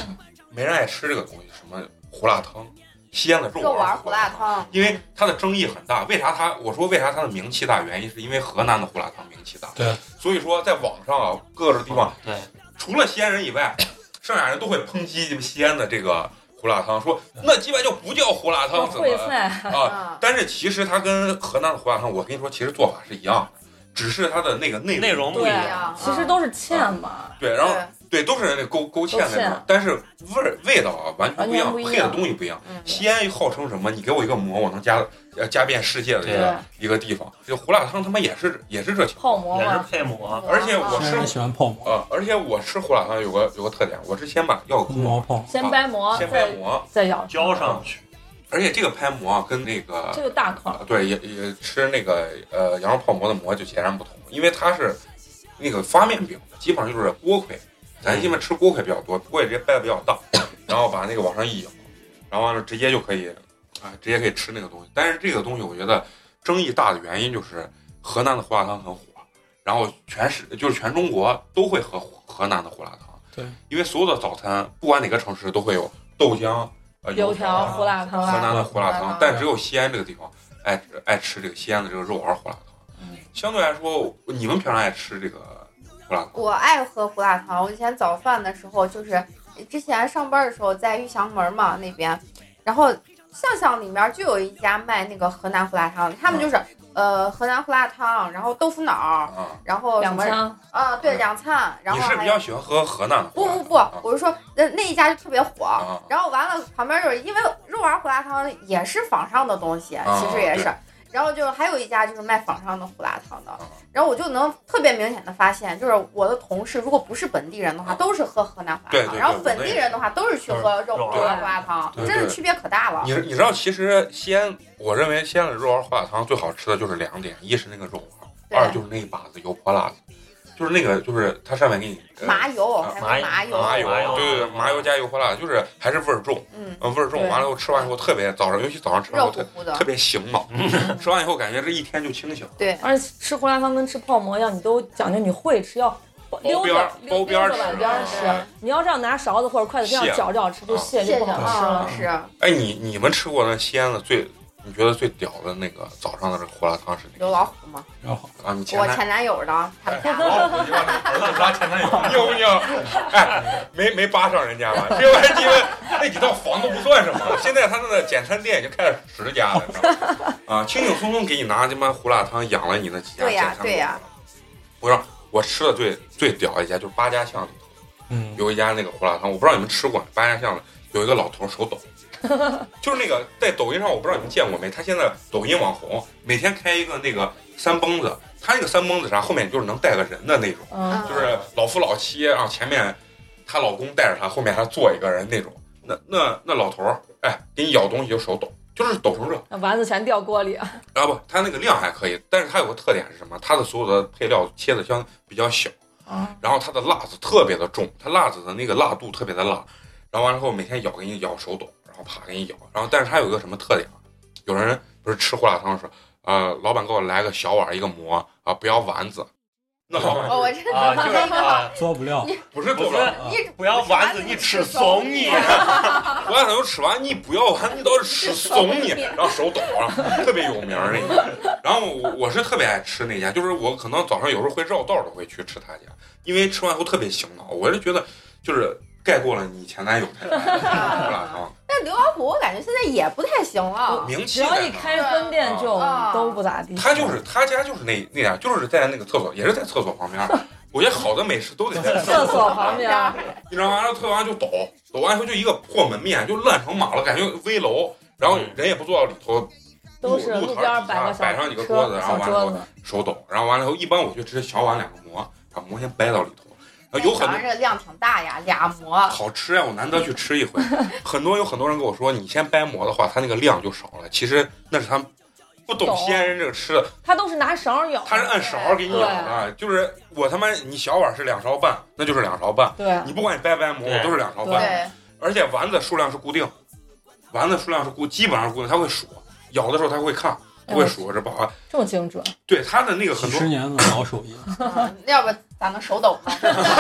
没人爱吃这个东西，什么胡辣汤，西安的肉啊肉丸丸胡辣，汤，因为它的争议很大。为啥它我说为啥它的名气大？原因是因为河南的胡辣汤名气大，对，所以说在网上啊各个地方对，除了西安人以外，剩下人都会抨击你们西安的这个胡辣汤，说那鸡巴就不叫胡辣汤，怎么烩菜，啊？啊，但是其实它跟河南的胡辣汤，我跟你说，其实做法是一样的，只是它的那个内内容不一对样。样其实都是芡嘛。啊对，然后嗯对，对都是那勾勾芡勾那芡种，但是味儿味道啊完全不一完全样，不一样配的东西不一样。嗯，西安号称什么？你给我一个馍，我能加呃加遍世界的一个一个地方。这胡辣汤他妈也是也是这情况，泡馍也是嘛，配馍，而且我嗯西安人喜欢泡呃馍，啊！而且我吃胡辣汤有个有个特点，我是先把要个红毛泡馍。先掰馍，先掰再馍，再咬浇上去，而且这个拍馍啊跟那个这个大块儿，啊，对，也也吃那个呃羊肉泡馍的馍就截然不同，因为它是那个发面饼，基本上就是锅盔，咱一般吃锅盔比较多，锅盔直接掰的比较大， 然后把那个往上一咬，然后完了直接就可以啊、直接可以吃那个东西。但是这个东西我觉得争议大的原因就是河南的胡辣汤很火，然后全是就是全中国都会喝河南的胡辣汤，对，因为所有的早餐不管哪个城市都会有豆浆、呃、油条条、胡辣汤河啊，南的胡辣汤，但只有西安这个地方爱吃爱吃这个西安的这个肉丸胡辣汤嗯。相对来说，你们平常爱吃这个胡辣汤，我爱喝胡辣汤。我以前早饭的时候，就是之前上班的时候在玉祥门嘛那边，然后巷巷里面就有一家卖那个河南胡辣汤的，他们就是、呃河南胡辣汤，然后豆腐脑，啊，然后什两么枪，啊对两餐，然你后是还比有较喜欢喝河南的胡不辣汤？不不，我是说那那一家就特别火。啊然后完了，旁边就是因为肉丸胡辣汤也是仿上的东西，啊其实也是对。然后就还有一家就是卖仿上的胡辣汤的啊，然后我就能特别明显的发现，就是我的同事如果不是本地人的话，啊都是喝河南胡对对辣汤，对然后本地人的话都是去喝肉肉胡辣胡辣汤，对真对是区别可大了你。你知道，其实西安，我认为西安的肉丸胡辣汤最好吃的就是两点，一是那个肉对丸，二就是那一把子油泼辣子，就是那个就是它上面给你呃麻油啊还有麻油，麻麻油，啊麻油对对对，麻油加油泼辣子，就是还是味儿重，嗯，呃味儿重。对完了以后吃完以后特别早上，尤其早上吃完以后热乎特乎的特，别醒 脑，吃完以后感觉这一天就清醒。对，而且吃胡辣汤跟吃泡馍一样，你都讲究你会吃，要溜边儿着包溜边儿着碗吃边啊儿吃。你要这样拿勺子或者筷子这样蟹搅着搅吃，就啊蟹谢就谢不好吃啊了，。是哎，你你们吃过那西安的最，你觉得最屌的那个早上的这个胡辣汤是哪刘个？老虎嘛，然后啊，你前哎哦我台前男友的，他们家的。抓前男友， 牛不牛？哎，没没扒上人家吧？这玩意儿，因为那几道房都不算什么。现在他那个简餐店已经开了十家了，你知道吗？ 啊，轻轻松松给你拿他妈胡辣汤养了你那几家对简呀餐店。对呀我让我吃的最最屌一家就是八家巷里嗯，有一家那个胡辣汤，我不知道你们吃过，八家巷子有一个老头手抖，就是那个在抖音上，我不知道你们见过没？他现在抖音网红，每天开一个那个三蹦子，他那个三蹦子啥后面就是能带个人的那种，嗯，就是老夫老妻啊，前面她老公带着她，后面还坐一个人那种。那那那老头儿，哎，给你咬东西就手抖，就是抖成这。那丸子全掉锅里，啊不，它那个量还可以，但是它有个特点是什么？它的所有的配料切的相比较小，啊，然后它的辣子特别的重，它辣子的那个辣度特别的辣，然后完了后每天咬给你咬手抖，然后啪给你咬，然后但是它有一个什么特点啊？有人不是吃胡辣汤的时候，呃，老板给我来个小碗儿一个馍啊，不要丸子。那老板哦，我真的啊，就是 啊，做不了。不是做不了，一不要丸子你吃怂你，胡辣汤都吃完，你不要完，你倒是吃怂 你，然后手抖啊，特别有名儿那个。然后我我是特别爱吃那家，就是我可能早上有时候会绕道的会去吃他家，因为吃完后特别醒脑。我是觉得就是盖过了你前男友太太胡辣汤但刘老虎，我感觉现在也不太行了。啊名气只在要哪一儿。开分店就啊都不咋地。他就是他家就是那那家，就是在那个厕所，也是在厕所旁边。我觉得好的美食都得在厕所啊旁边，你知道吗？然后推完就抖，抖完以后就一个破门面，就烂成马了，感觉危楼。然后人也不坐到里头，嗯都是路路路边摊儿儿底摆下个摆上小几个车桌子，然后小完了桌以后子，手抖，然后完了以后一般我就直接小碗两个馍，把馍先掰到里头，然后有很早多上哎这个量挺大呀，俩馍。好吃呀、我难得去吃一回。很多有很多人跟我说，你先掰馍的话，它那个量就少了。其实那是他们不懂懂西安人这个吃的，他都是拿勺儿舀。他是按勺儿给你舀的，就是我他妈你小碗是两勺半，那就是两勺半。对，你不管你掰不掰馍，对我都是两勺半。对，而且丸子数量是固定，丸子数量是固，基本上是固定，它会数，咬的时候它会看，它会数，这不好。这么精准，对它的那个几很十多，年的老手艺，嗯要不咋能 手抖呢？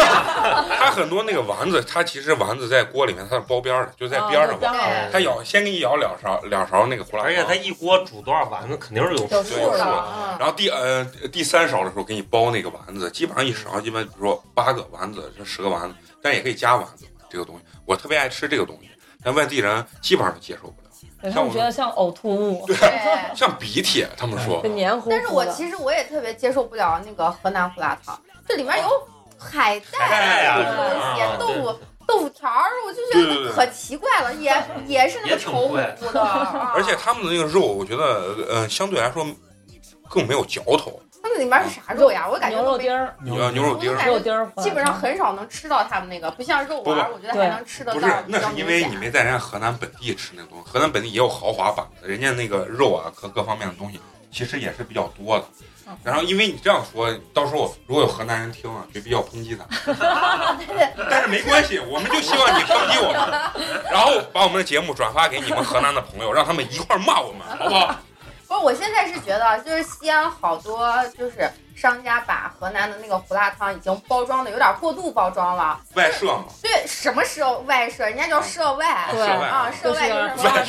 它很多那个丸子，它其实丸子在锅里面它是包边儿的，就在边儿哦上包。对它咬先给你咬两勺两勺那个胡辣而且它汤，一锅煮多少丸子肯定是有有数数的嗯然后第呃第三勺的时候给你包那个丸子，基本上一勺，基本比如说八个丸子，这十个丸子，但也可以加丸子这个东西，我特别爱吃这个东西，但外地人基本上都接受不了，对像他我们觉得像呕吐物，对，对。像鼻涕，他们说就黏糊糊的。但是我其实我也特别接受不了那个河南胡辣汤，这里面有海海带带啊这种东啊西，豆腐对豆腐条儿，我就对对觉对得可奇怪了，也也是那也个挺稠乎贵乎的，啊 而且他们的那个肉，我觉得呃相对来说更没有嚼头，它那里面是啥肉呀？我感觉牛都肉没丁儿，你要牛肉丁我儿都感觉肉丁儿，基本上很少能吃到他们那个，不像肉丸儿，不我觉得对还能吃得不是到。，那是因为你没在人家河南本地吃那个东西，河南本地也有豪华版的，人家那个肉啊和各方面的东西其实也是比较多的。然后因为你这样说，到时候如果有河南人听啊，就比较抨击咱们。但是没关系，我们就希望你抨击我们，然后把我们的节目转发给你们河南的朋友，让他们一块儿骂我们，好不好？不是，我现在是觉得，就是西安好多就是商家把河南的那个胡辣汤已经包装的有点过度包装了。外设嘛，对，什么涉外涉，人家叫涉外，对涉外啊，涉外就是什么外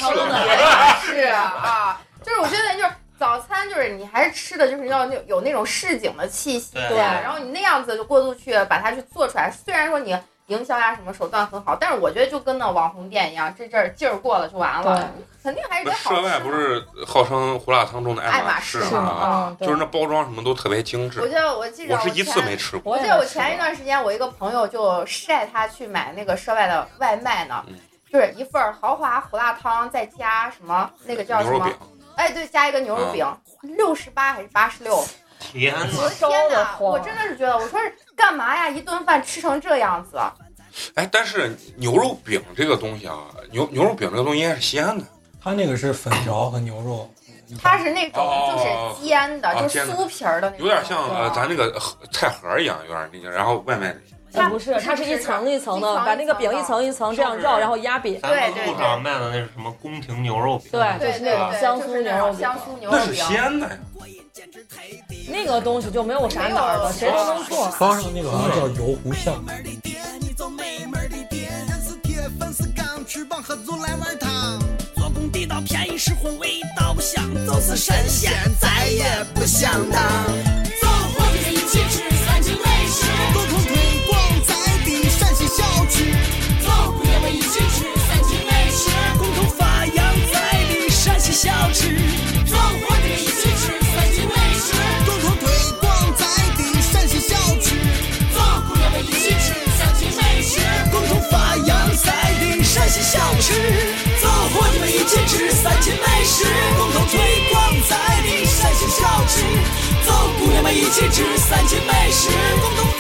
涉是啊，就是我觉得就是早餐，就是你还是吃的就是要那有那种市井的气息，对然后你那样子就过度去把它去做出来，虽然说你。营销呀，什么手段很好，但是我觉得就跟那网红店一样，这阵儿劲儿过了就完了，肯定还是那得好吃。涉外不，是号称胡辣汤中的爱爱马马仕仕是是吗吗？啊，就是那包装什么都特别精我致，记得我记得我是前一次没吃过。我我也记得我没吃前一过段时间，我一个朋友就晒他去买那个涉外的外卖呢嗯，就是一份儿豪华胡辣汤，再加什么那个叫什牛肉么饼？，啊哎，对，加一个牛肉饼，六十八还是八十六？天我哪！的天烧得哪！慌我真的是觉得，我说是干嘛呀？一顿饭吃成这样子，哎，但是牛肉饼这个东西啊，牛牛肉饼这个东西应该是西安的，他那个是粉条和牛肉，嗯它是那种哦就是煎的，哦就是煎的酥皮儿的那种，有点像对呃咱那个呃菜盒一样，有点那个，然后外面它不是，不是它是一层一层一的，层一把那个层饼的一层一层这样就是绕，然后压扁。咱们路上卖的那是什么宫廷牛肉饼？对对就是对那种对，香就酥是那牛肉种饼香酥牛那肉是饼，西安的呀，那个东西就没有啥哪儿没的，有谁都能做。方上那个好像叫油糊巷，做工地道，便宜实惠，味道不香，都是神仙，咱也不想当。走伙计一起吃三秦美食，共同推广在地陕西小吃，走伙计们一起吃三秦美食，共同发扬在地陕西小吃，走伙计们一起吃三秦美食，共同推广在地陕西小吃，走伙计们一起吃三秦美食，共同发扬在地陕西小吃。走伙计们一起吃三秦美食，共同推广在地陕西小吃，走姑娘们一起吃三秦美食，共同